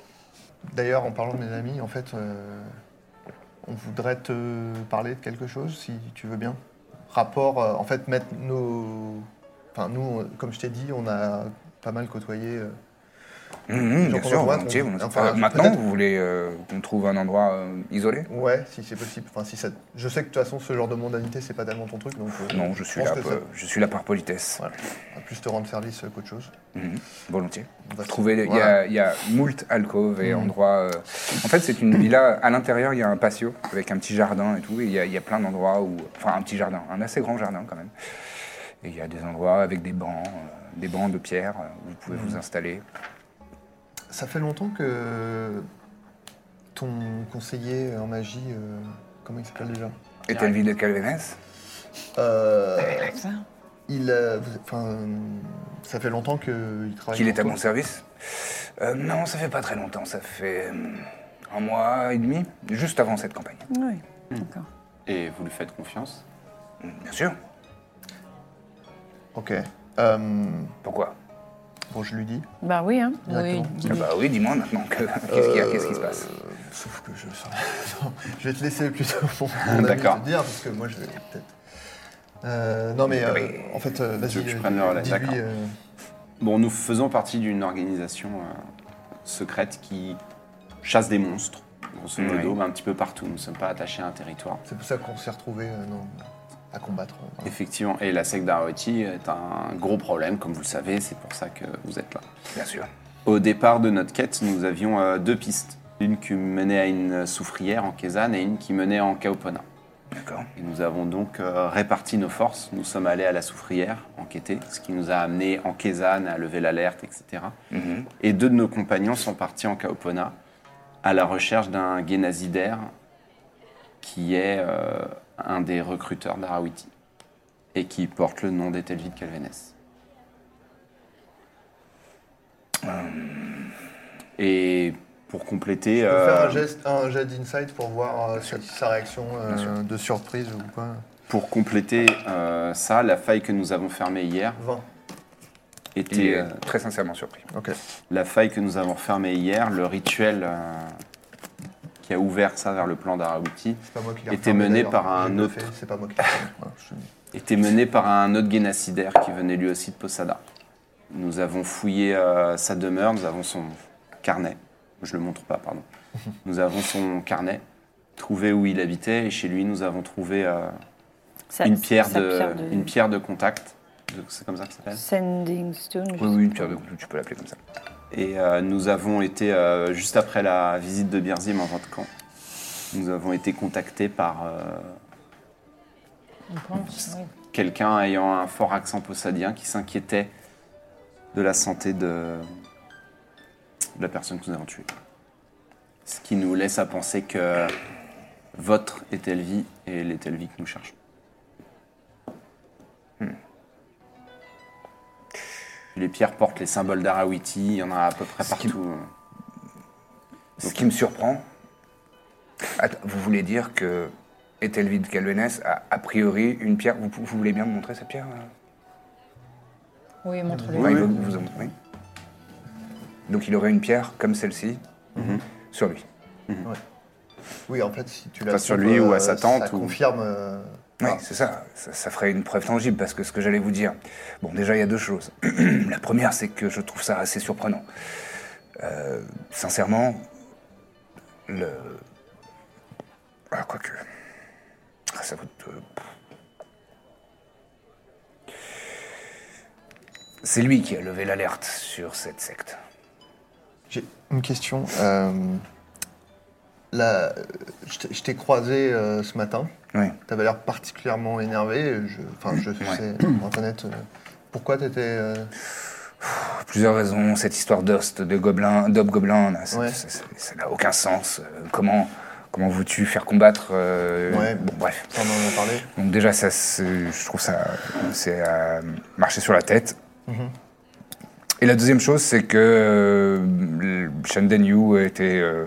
D'ailleurs, en parlant de mes amis, en fait, euh, on voudrait te parler de quelque chose, si tu veux bien. Rapport, euh, en fait, mettre nos. Enfin, nous, on- comme je t'ai dit, on a pas mal côtoyé. euh, Mhm, gens bien qu'on sûr, envoie, volontiers. qu'on- volontiers. enfin, Euh, maintenant, peut-être- vous voulez euh, qu'on trouve un endroit euh, isolé Ouais, si c'est possible. Enfin, si ça... Je sais que de toute façon, ce genre de mondanité, c'est pas tellement ton truc. Donc, euh, Non, je suis, pense là, que pour- ça- je suis là par politesse. Voilà. On va plus te rendre service euh, qu'autre chose. Mhm, Volontiers. On va se- Trouver, il y Voilà. a- il y, a moult alcôves et endroits. euh, En fait, c'est une villa. À l'intérieur, il y a un patio avec un petit jardin et tout. Et il y a, il y a plein d'endroits où. Enfin, un petit jardin, un assez grand jardin quand même. Et il y a des endroits avec des bancs, euh, des bancs de pierre euh, où vous pouvez vous installer. Ça fait longtemps que ton conseiller en magie, euh, comment il s'appelle déjà Et t'as une ville de Calvénès Euh, Il, euh, vous- enfin, ça fait longtemps qu'il travaille. Qu'il est pour à toi. mon service Euh, Non, ça fait pas très longtemps. Ça fait euh, un mois et demi, juste avant cette campagne. Oui, Hmm. d'accord. Et vous lui faites confiance Bien sûr. Ok. Euh, Pourquoi bon, je lui dis. Bah oui, hein. Exactement. Ah Bah oui, dis-moi maintenant. que- Qu'est-ce qu'il y a Qu'est-ce qui se passe Sauf que je. Non, je vais te laisser plutôt pour mon ami D'accord. te dire parce que moi je vais peut-être. Euh, non mais euh, Mais- en fait, euh, vas-y. veux que je euh, prenne le relais, dis-lui, d'accord. euh, Bon, nous faisons partie d'une organisation euh, secrète qui chasse des monstres, grosso modo, Oui. mais un petit peu partout. Nous ne sommes pas attachés à un territoire. C'est pour ça qu'on s'est retrouvés euh, non, à combattre. euh, voilà. Effectivement, et la secte d'Aroti est un gros problème, comme vous le savez, c'est pour ça que vous êtes là. Bien sûr. Au départ de notre quête, nous avions euh, deux pistes. Une qui menait à une soufrière en Kézanne et une qui menait en Kaopona. D'accord. Et nous avons donc euh, réparti nos forces. Nous sommes allés à la soufrière enquêter, ce qui nous a amené en Kézanne à lever l'alerte, etc. Mhm. Et deux de nos compagnons sont partis en Kaopona à la recherche d'un guénazidère qui est euh, un des recruteurs d'Arawiti et qui porte le nom d'Etelvi de Calvénès. Euh, Et pour compléter, Je peux faire euh, un, geste, un jet d'insight pour voir euh, si sa réaction euh, de surprise ou quoi. pour compléter euh, ça, la faille que nous avons fermée hier 20. était Il est euh, très sincèrement surpris. Ok. la faille que nous avons fermée hier, le rituel euh, qui a ouvert ça vers le plan d'Arawiti. C'est pas moi qui l'ai Était refermé, mené d'ailleurs. par un J'ai pas autre. fait, C'est pas moi qui l'ai refermé, voilà, je te dis. était mené par un autre guénacidaire qui venait lui aussi de Posada. Nous avons fouillé euh, sa demeure, nous avons son carnet. Je le montre pas, pardon. Nous avons son carnet, trouvé où il habitait, et chez lui, nous avons trouvé euh, Sa- une, pierre sa de, pierre de- une pierre de contact. De- C'est comme ça que ça s'appelle Sending Stone. je Oui, oui, une pierre de coups, tu peux l'appeler comme ça. Et euh, nous avons été, euh, juste après la visite de Birzim en votre camp, nous avons été contactés par euh, quelqu'un ayant un fort accent possadien qui s'inquiétait de la santé de, de la personne que nous avons tuée. Ce qui nous laisse à penser que votre est Elvi et l'est Elvi que nous cherchons. Les pierres portent les symboles d'Arawiti, il y en a à peu près Ce qui- partout. Ce qui me surprend. Attends, vous voulez dire que Ethelwid Calvenes a a priori une pierre. Vous, vous voulez bien me montrer cette pierre euh Oui, montre-le. Enfin, il veut que vous en montrez. Donc il aurait une pierre comme celle-ci Mhm. sur lui. Oui, en fait, si tu Enfin, l'as sur lui ou à sa tante Ça ou- confirme. euh, Oui, c'est ça. ça. ça ferait une preuve tangible parce que ce que j'allais vous dire. Bon, déjà, il y a deux choses. La première, c'est que je trouve ça assez surprenant. Euh, sincèrement, le. Ah, quoique. Ah, ça coûte. euh, pff. C'est lui qui a levé l'alerte sur cette secte. J'ai une question. Euh, là, euh, je t'ai- je t'ai croisé euh, ce matin. Oui. Tu avais l'air particulièrement énervé. Je, enfin, je sais, pour Internet, euh, pourquoi euh, tu étais. Pour plusieurs raisons, cette histoire d'host, de gobelin, d'hob gobelin, là, c'est- Ouais. c'est- c'est- ça n'a aucun sens. Euh, Comment, comment veux-tu faire combattre euh, Ouais. Bon, bref. on en a parlé. Donc déjà, ça, c'est- je trouve ça, c'est à marcher sur la tête. Mm-hmm. Et la deuxième chose, c'est que euh, Shanden Yu était euh,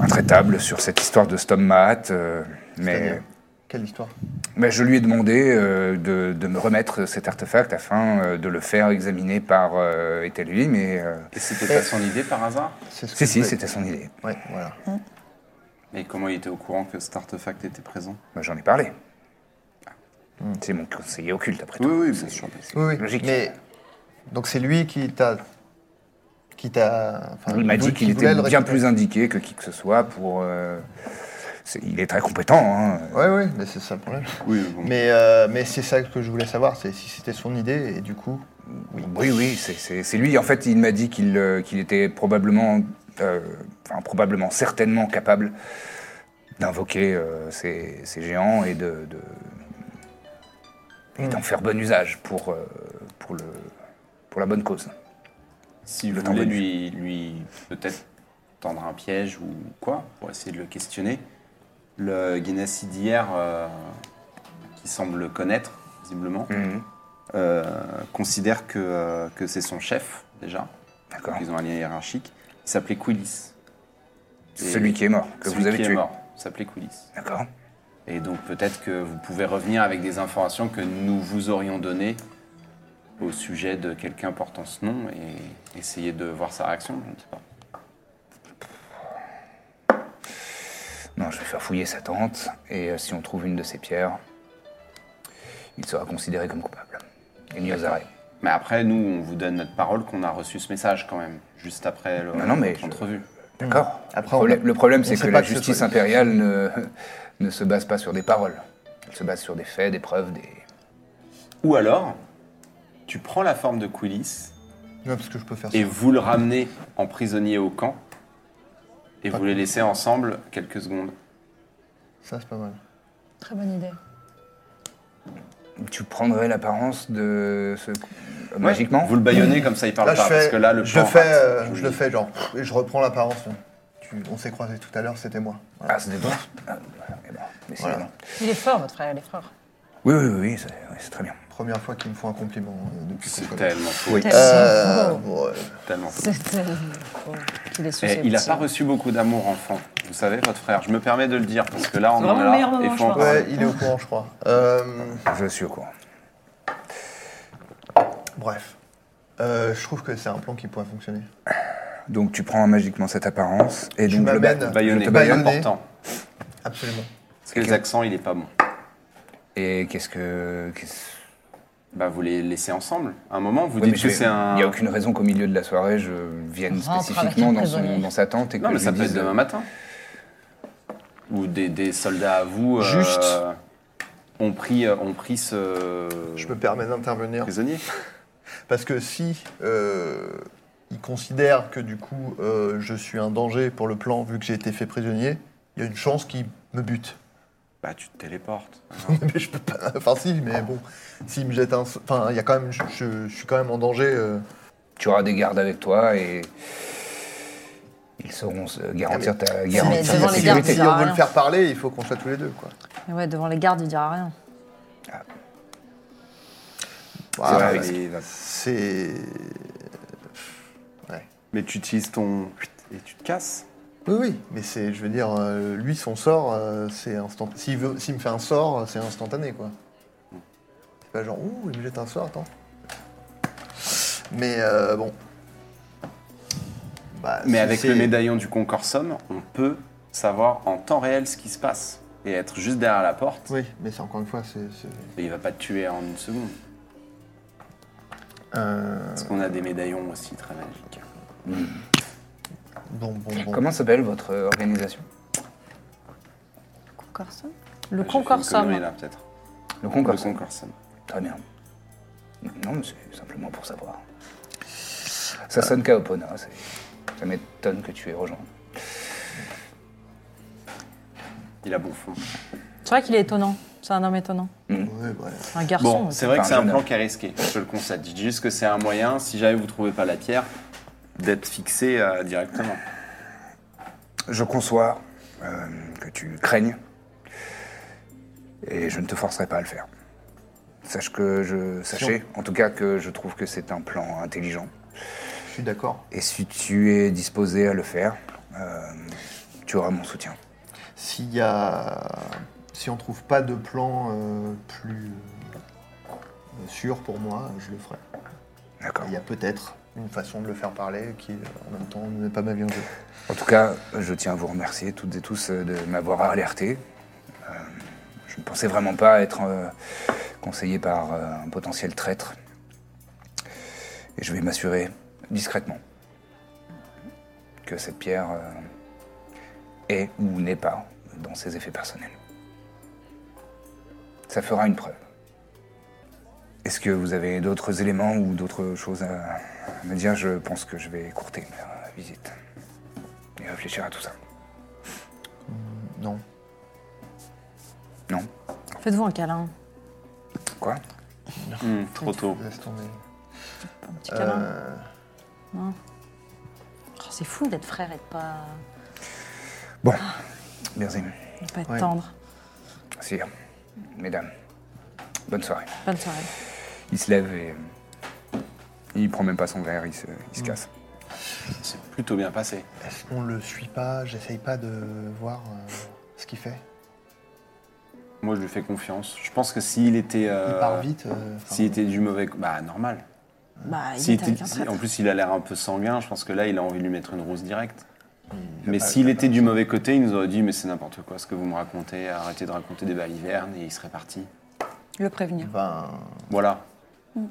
intraitable sur cette histoire de Stommat, euh, mais, C'est-à-dire Quelle histoire mais je lui ai demandé euh, de, de me remettre cet artefact afin euh, de le faire examiner par euh, Ethelwyn, mais euh, Et c'était pas son idée par hasard C'est ce que si, je si, voulais- c'était son idée. Ouais, voilà. Et comment il était au courant que cet artefact était présent Moi, J'en ai parlé. Ah. Hmm, C'est mon conseiller occulte, après tout. Oui, oui, bien sûr. Oui, oui. Logique. Mais donc c'est lui qui t'a, qui t'a. enfin, Il m'a dit qui qu'il voulait était le bien récupérer. plus indiqué que qui que ce soit pour. euh, c'est- il est très compétent. hein. Ouais, ouais, mais c'est ça le problème. Oui, bon. Mais, euh, mais c'est ça que je voulais savoir, c'est si c'était son idée et du coup. Oui, oui, c'est- c'est c'est lui. En fait, il m'a dit qu'il euh, qu'il était probablement, euh, enfin, probablement, certainement capable d'invoquer euh, ces, ces géants et de. de- et d'en faire bon usage pour, euh, pour, le, pour la bonne cause. Si vous Le temps voulez bonus. lui, lui peut-être tendre un piège ou quoi, pour essayer de le questionner, le Guinness d'hier, euh, qui semble le connaître, visiblement, Mhm. euh, considère que, euh, que c'est son chef, déjà. D'accord. Ils ont un lien hiérarchique. Il s'appelait Coulis. Celui qui est mort, que vous avez qui tué. est mort, s'appelait Coulis. D'accord. Et donc peut-être que vous pouvez revenir avec des informations que nous vous aurions données au sujet de quelqu'un portant ce nom et essayer de voir sa réaction, je ne sais pas. Non, je vais faire fouiller sa tente, et euh, si on trouve une de ses pierres, il sera considéré comme coupable. Et mis aux arrêts. Hmm. Mais après, nous, on vous donne notre parole qu'on a reçu ce message quand même, juste après le, Non, non, mais notre je- entrevue. D'accord. hmm. Après, on- Le problème- le problème, on c'est sait que pas la que ce justice soit- impériale ne, ne se base pas sur des paroles. Elle se base sur des faits, des preuves, des... Ou alors, tu prends la forme de Quilis Non, parce que je peux faire ça. et vous le ramenez en prisonnier au camp et vous les laissez ensemble quelques secondes. Ça, c'est pas mal. Très bonne idée. Tu prendrais l'apparence de ce... Magiquement Vous le baillonnez comme ça, il parle Là, je pas. parce fais. que là, le je plan le fais, rate, euh, vous je le le dis. fais, genre. Et je reprends l'apparence. Tu- on s'est croisés tout à l'heure, c'était moi. Voilà. Ah, c'était toi Ah, voilà, eh ben, décidément. Voilà. Il est fort, votre frère, il est fort. Oui, oui, oui, oui, c'est oui, c'est très bien. Première fois qu'ils me font un compliment euh, depuis qu'on se C'est connaît. tellement fou. Euh, bon, euh, Tellement fou. C'est tellement fort qu'il est Et Eh, il n'a susceptible. pas reçu beaucoup d'amour enfant. Vous savez, votre frère, je me permets de le dire parce que là, on en vraiment est le là. meilleur et moment, faut je en crois. parler. ouais, il est au courant, je crois. Euh, Je suis au courant. bref. Euh, je trouve que c'est un plan qui pourrait fonctionner. Donc tu prends magiquement cette apparence, et Tu donc le m'amènes. ba- Baïonné, Je te baïonne. important. Absolument. Parce que les accents, il est pas bon. Et qu'est-ce que... qu'est-ce- Bah, vous les laissez ensemble. À un moment, vous Ouais, mais dites que je vais- c'est un. Il n'y a aucune raison qu'au milieu de la soirée, je vienne Rentre avec spécifiquement un dans, son- prisonnier. dans sa tente et que Non, mais je ça lui peut être dise, euh, demain matin. Ou des, des soldats à vous. euh, Juste. ont pris, euh, ont pris ce. Je me permets d'intervenir. prisonnier. Parce que si euh, ils considèrent que du coup euh, je suis un danger pour le plan vu que j'ai été fait prisonnier, il y a une chance qu'ils me butent. Bah, tu te téléportes. mais je peux pas. Enfin si, mais bon, s'ils me jettent un, enfin il y a quand même, je, je- je suis quand même en danger. euh. Tu auras des gardes avec toi et ils sauront se garantir ta garantir si ta devant les si- gardes, ça sécurité. si sert à on veut rien. le faire parler, il faut qu'on soit tous les deux quoi. Mais ouais, devant les gardes, il dira rien. Ah, Ouais, ouais. les- C'est. Mais tu utilises ton. Et tu te casses Oui, oui, mais c'est, je veux dire, euh, lui, son sort, euh, c'est instantané. S'il, veut- s'il me fait un sort, euh, c'est instantané, quoi. C'est pas genre, ouh, il me jette un sort, attends. Mais euh, bon. Bah, Mais c'est- avec c'est- le médaillon du Concorsum, on peut savoir en temps réel ce qui se passe et être juste derrière la porte. Oui, mais c'est encore une fois, c'est. c'est- Et il va pas te tuer en une seconde. euh, Parce qu'on a des médaillons aussi très magiques. Bon, bon, bon. Comment s'appelle votre euh, organisation Corson J'ai fait Le une concorsum. connerie, là, peut-être. Le Le Concours. Concorsum. Très bien. Non, mais c'est simplement pour savoir. Ça sonne Kaopona, c'est- ça m'étonne que tu aies rejoint. Il a bon fond. C'est vrai qu'il est étonnant. C'est un homme étonnant. Ouais, ouais. Un garçon. Bon, aussi. c'est vrai que un c'est un jeune plan homme. qui est risqué, je le concède. Je dis juste que c'est un moyen, si jamais vous trouvez pas la pierre, d'être fixé euh, directement. Je conçois euh, que tu craignes et je ne te forcerai pas à le faire. Sache que je, sachez, en tout cas, que je trouve que c'est un plan intelligent. Je suis d'accord. Et si tu es disposé à le faire, euh, tu auras mon soutien. S'il y a. Si on trouve pas de plan euh, plus euh, sûr pour moi, je le ferai. D'accord. Il y a peut-être une façon de le faire parler qui, en même temps, n'est pas ma vie en jeu. En tout cas, je tiens à vous remercier toutes et tous euh, de m'avoir alerté. Euh, je ne pensais vraiment pas être euh, conseillé par euh, un potentiel traître. Et je vais m'assurer discrètement que cette pierre euh, est ou n'est pas dans ses effets personnels. Ça fera une preuve. Est-ce que vous avez d'autres éléments ou d'autres choses à à me dire Je pense que je vais courter ma visite et réfléchir à tout ça. Non. Non Faites-vous un câlin. Quoi Hmm, trop tôt. Laisse tomber. Un petit câlin. Euh, Oh, c'est fou d'être frère et de pas, Bon, Birzim, de pas être Ouais. tendre. sire, hein. mesdames, bonne soirée. Bonne soirée. Ah. Il se lève et euh, il prend même pas son verre, il se, il se casse. C'est plutôt bien passé. Est-ce qu'on le suit pas J'essaye pas de voir euh, ce qu'il fait. Moi, je lui fais confiance. Je pense que s'il était. Il euh, part vite. euh, enfin, S'il était du mauvais. Bah, normal. Bah, il S'il est était- avec un si- traître. en plus, il a l'air un peu sanguin. Je pense que là, il a envie de lui mettre une rose directe. il a Mais pas- s'il il a était pas- du mauvais côté, il nous aurait dit Mais c'est n'importe quoi ce que vous me racontez, arrêtez de raconter des balivernes et il serait parti. Le prévenir. Ben, Voilà. Hmm.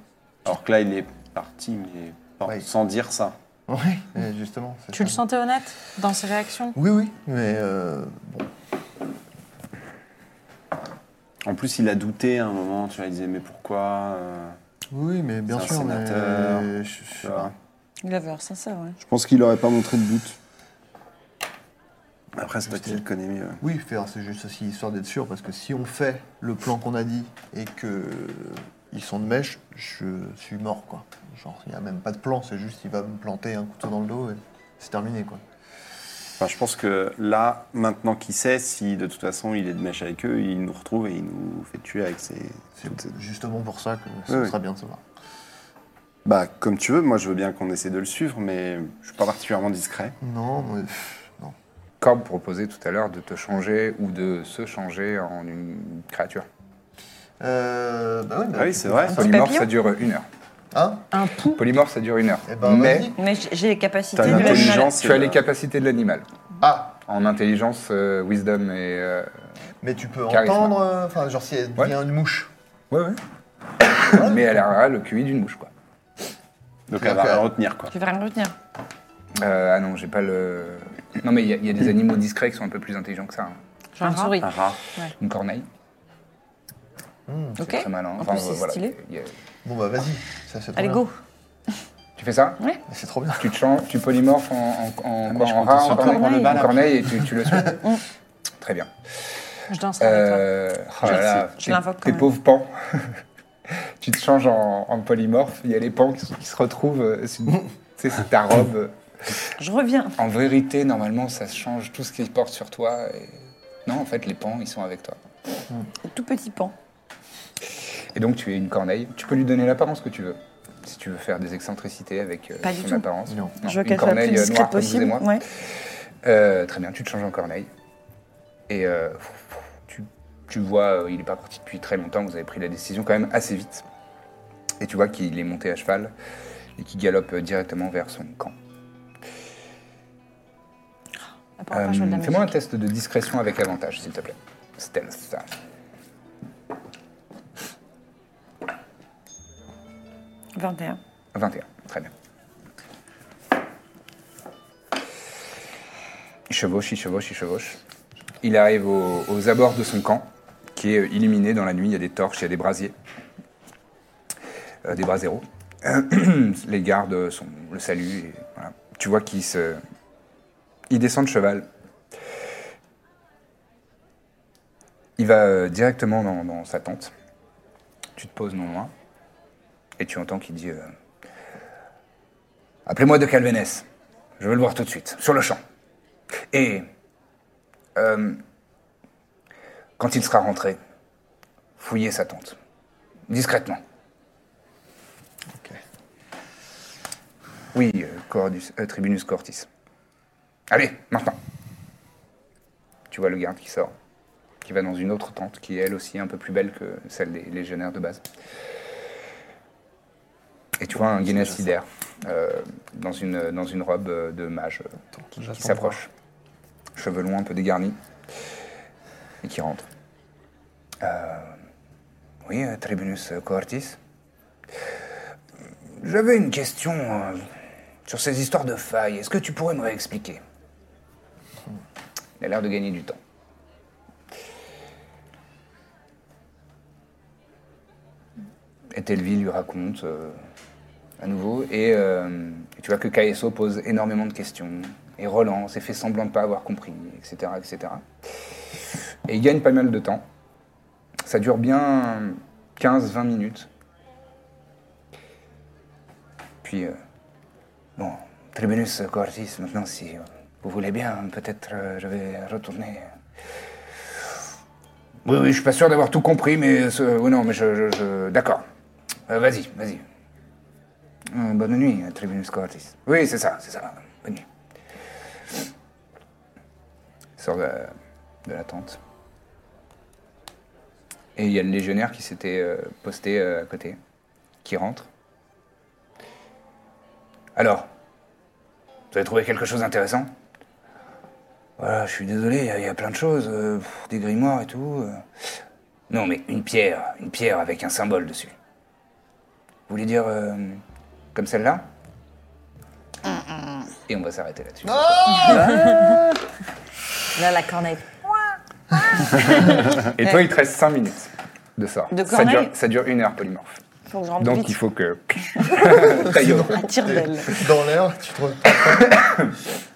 Alors que là, il est parti, mais pas- Ouais. sans dire ça. ouais, euh, justement. c'est Tu le ça. sentais honnête dans ses réactions Oui, oui, mais euh, bon. En plus, il a douté à un moment, tu vois, il disait mais pourquoi euh, Oui, mais bien C'est un sûr, mais sénateur, je- je tu sais vois. pas. Il avait l'air sincère, ouais. Je pense qu'il aurait pas montré de doute. Après, c'est toi qui Juste. le connais mieux. Oui, faire, c'est juste aussi histoire d'être sûr, parce que si on fait le plan qu'on a dit et que euh, ils sont de mèche, je suis mort, quoi. Genre, il n'y a même pas de plan, c'est juste il va me planter un couteau dans le dos et c'est terminé, quoi. Enfin, je pense que là, maintenant qu'il sait, si de toute façon il est de mèche avec eux, il nous retrouve et il nous fait tuer avec ses. C'est toutes ses- justement pour ça que Oui, ce oui. sera bien de savoir. Bah, comme tu veux, moi je veux bien qu'on essaie de le suivre, mais je suis pas particulièrement discret. Non, mais, pff, non. Corbe proposait tout à l'heure de te changer ou de se changer en une créature. Euh, bah oui, bah, Ah oui, tu c'est peux vrai. faire ça. Polymorphe, papillon ça dure une heure. Hein Un pou Polymorphe, ça dure une heure. Eh ben, Mais vas-y. Mais j- j'ai les capacités T'as de une l'animal. intelligence. tu as et, les euh, capacités de l'animal. Ah, En intelligence, euh, wisdom et... euh, mais tu peux Charisme. entendre, euh, enfin, genre si elle Ouais. devient une mouche. Ouais, ouais. Mais elle aura le QI d'une mouche, quoi. Donc elle va Ok. rien retenir quoi. Je vais rien le retenir. Euh, ah non, j'ai pas le... Non, mais il y a- il y, a des animaux discrets qui sont un peu plus intelligents que ça. hein. Genre Ah, une souris. Un rat. Une corneille. C'est Ok. très malin. En plus, c'est voilà, Euh, stylé. il y a- Bon, bah vas-y, ça c'est trop Allez, bien. go. Tu fais ça C'est trop bien. Tu te changes, tu polymorphes en, en, en, quoi, Ah, je en comptais rat, en sur toi corneille, pour le en bal après. corneille et tu, tu le suis. Très bien. Je danserai avec Euh, oh là là, je tes- l'invoque quand Tes même. pauvres pans. tu te changes en, en polymorphe. Il y a les pans qui, qui se retrouvent. euh, sur- tu sais, c'est ta robe. Je reviens. En vérité, normalement, ça se change tout ce qu'ils portent sur toi. et- Non, en fait, les pans, ils sont avec toi. Tout petit pan. Et donc tu es une corneille. Tu peux lui donner l'apparence que tu veux. Si tu veux faire des excentricités avec euh, Pas du son tout. apparence. Non. Je veux une qu'elle soit la corneille plus euh, discrète noire comme vous et possible. moi. ouais. Euh, très bien, tu te changes en corneille. Et euh, tu, tu vois, euh, il n'est pas parti depuis très longtemps, vous avez pris la décision quand même assez vite. Et tu vois qu'il est monté à cheval et qu'il galope euh, directement vers son camp. Ah, pour encore jouer de la Euh, Fais-moi un musique. test de discrétion avec avantage, s'il te plaît. Stealth. Ah, 21. 21, très bien. Il chevauche, il chevauche, il chevauche. Il arrive au- aux abords de son camp, qui est illuminé dans la nuit. Il y a des torches, il y a des brasiers. Euh, des braséros. Les gardes sont, le saluent. et voilà. Tu vois qu'il se... Il descend de cheval. Il va euh, directement dans, dans sa tente. Tu te poses non loin. Et tu entends qu'il dit... euh, Appelez-moi de Calvénès. Je veux le voir tout de suite, sur le champ. Et... euh, quand il sera rentré, fouillez sa tente. Discrètement. Oui, euh, Cordus- euh, Tribunus Cortis. Allez, maintenant. Tu vois le garde qui sort, qui va dans une autre tente, qui est elle aussi un peu plus belle que celle des légionnaires de base. Et tu vois un guénacidaire euh, dans, une, dans une robe euh, de mage euh, qui s'approche, cheveux longs un peu dégarnis, et qui rentre. Euh, oui, euh, Tribunus Coartis J'avais une question euh, sur ces histoires de failles. Est-ce que tu pourrais me réexpliquer Il a l'air de gagner du temps. Etelvi lui raconte euh, à nouveau. Et euh, et tu vois que KSO pose énormément de questions. Et relance et fait semblant de ne pas avoir compris, etc., etc. Et il gagne pas mal de temps. Ça dure bien 15-20 minutes. Puis, euh, bon, Tribunus Cortis, maintenant, si euh, vous voulez bien, peut-être euh, je vais retourner. Oui, oui, je suis pas sûr d'avoir tout compris, mais. ce- oui, non, mais je. je- je- D'accord. Euh, vas-y, vas-y. Euh, bonne nuit, euh, Tribunus Cortis. Oui, c'est ça, c'est ça. Bonne nuit. Il sort de, de la tente. Et il y a le légionnaire qui s'était euh, posté euh, à côté, qui rentre. Alors, vous avez trouvé quelque chose d'intéressant Voilà, je suis désolé, il y a- il y, a plein de choses, euh, pff, des grimoires et tout. euh. Non, mais une pierre, une pierre avec un symbole dessus. Vous voulez dire euh, comme celle-là Et on va s'arrêter là-dessus. Là, la corneille. et toi, il te reste 5 minutes de ça. De ça, dure, corneille ça dure une heure, polymorphe. Faut que je rentre Donc il vite. faut que. Ta gueule. À tire d'elle. Dans l'air, tu te.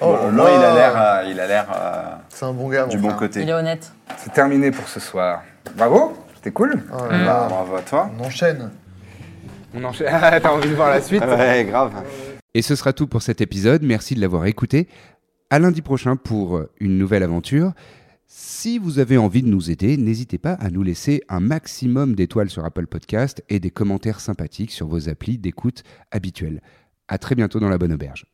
Bon, oh au là moins, il a là. l'air, euh, il a l'air euh, C'est un bon gars. du mon bon frère. côté. Il est honnête. C'est terminé pour ce soir. Bravo, c'était cool. Oh là là. Bravo à toi. On enchaîne. On enchaîne. Ah, T'as envie de voir la suite Ouais, grave. Et ce sera tout pour cet épisode. Merci de l'avoir écouté. À lundi prochain pour une nouvelle aventure. Si vous avez envie de nous aider, n'hésitez pas à nous laisser un maximum d'étoiles sur Apple Podcast et des commentaires sympathiques sur vos applis d'écoute habituelles. À très bientôt dans la bonne auberge.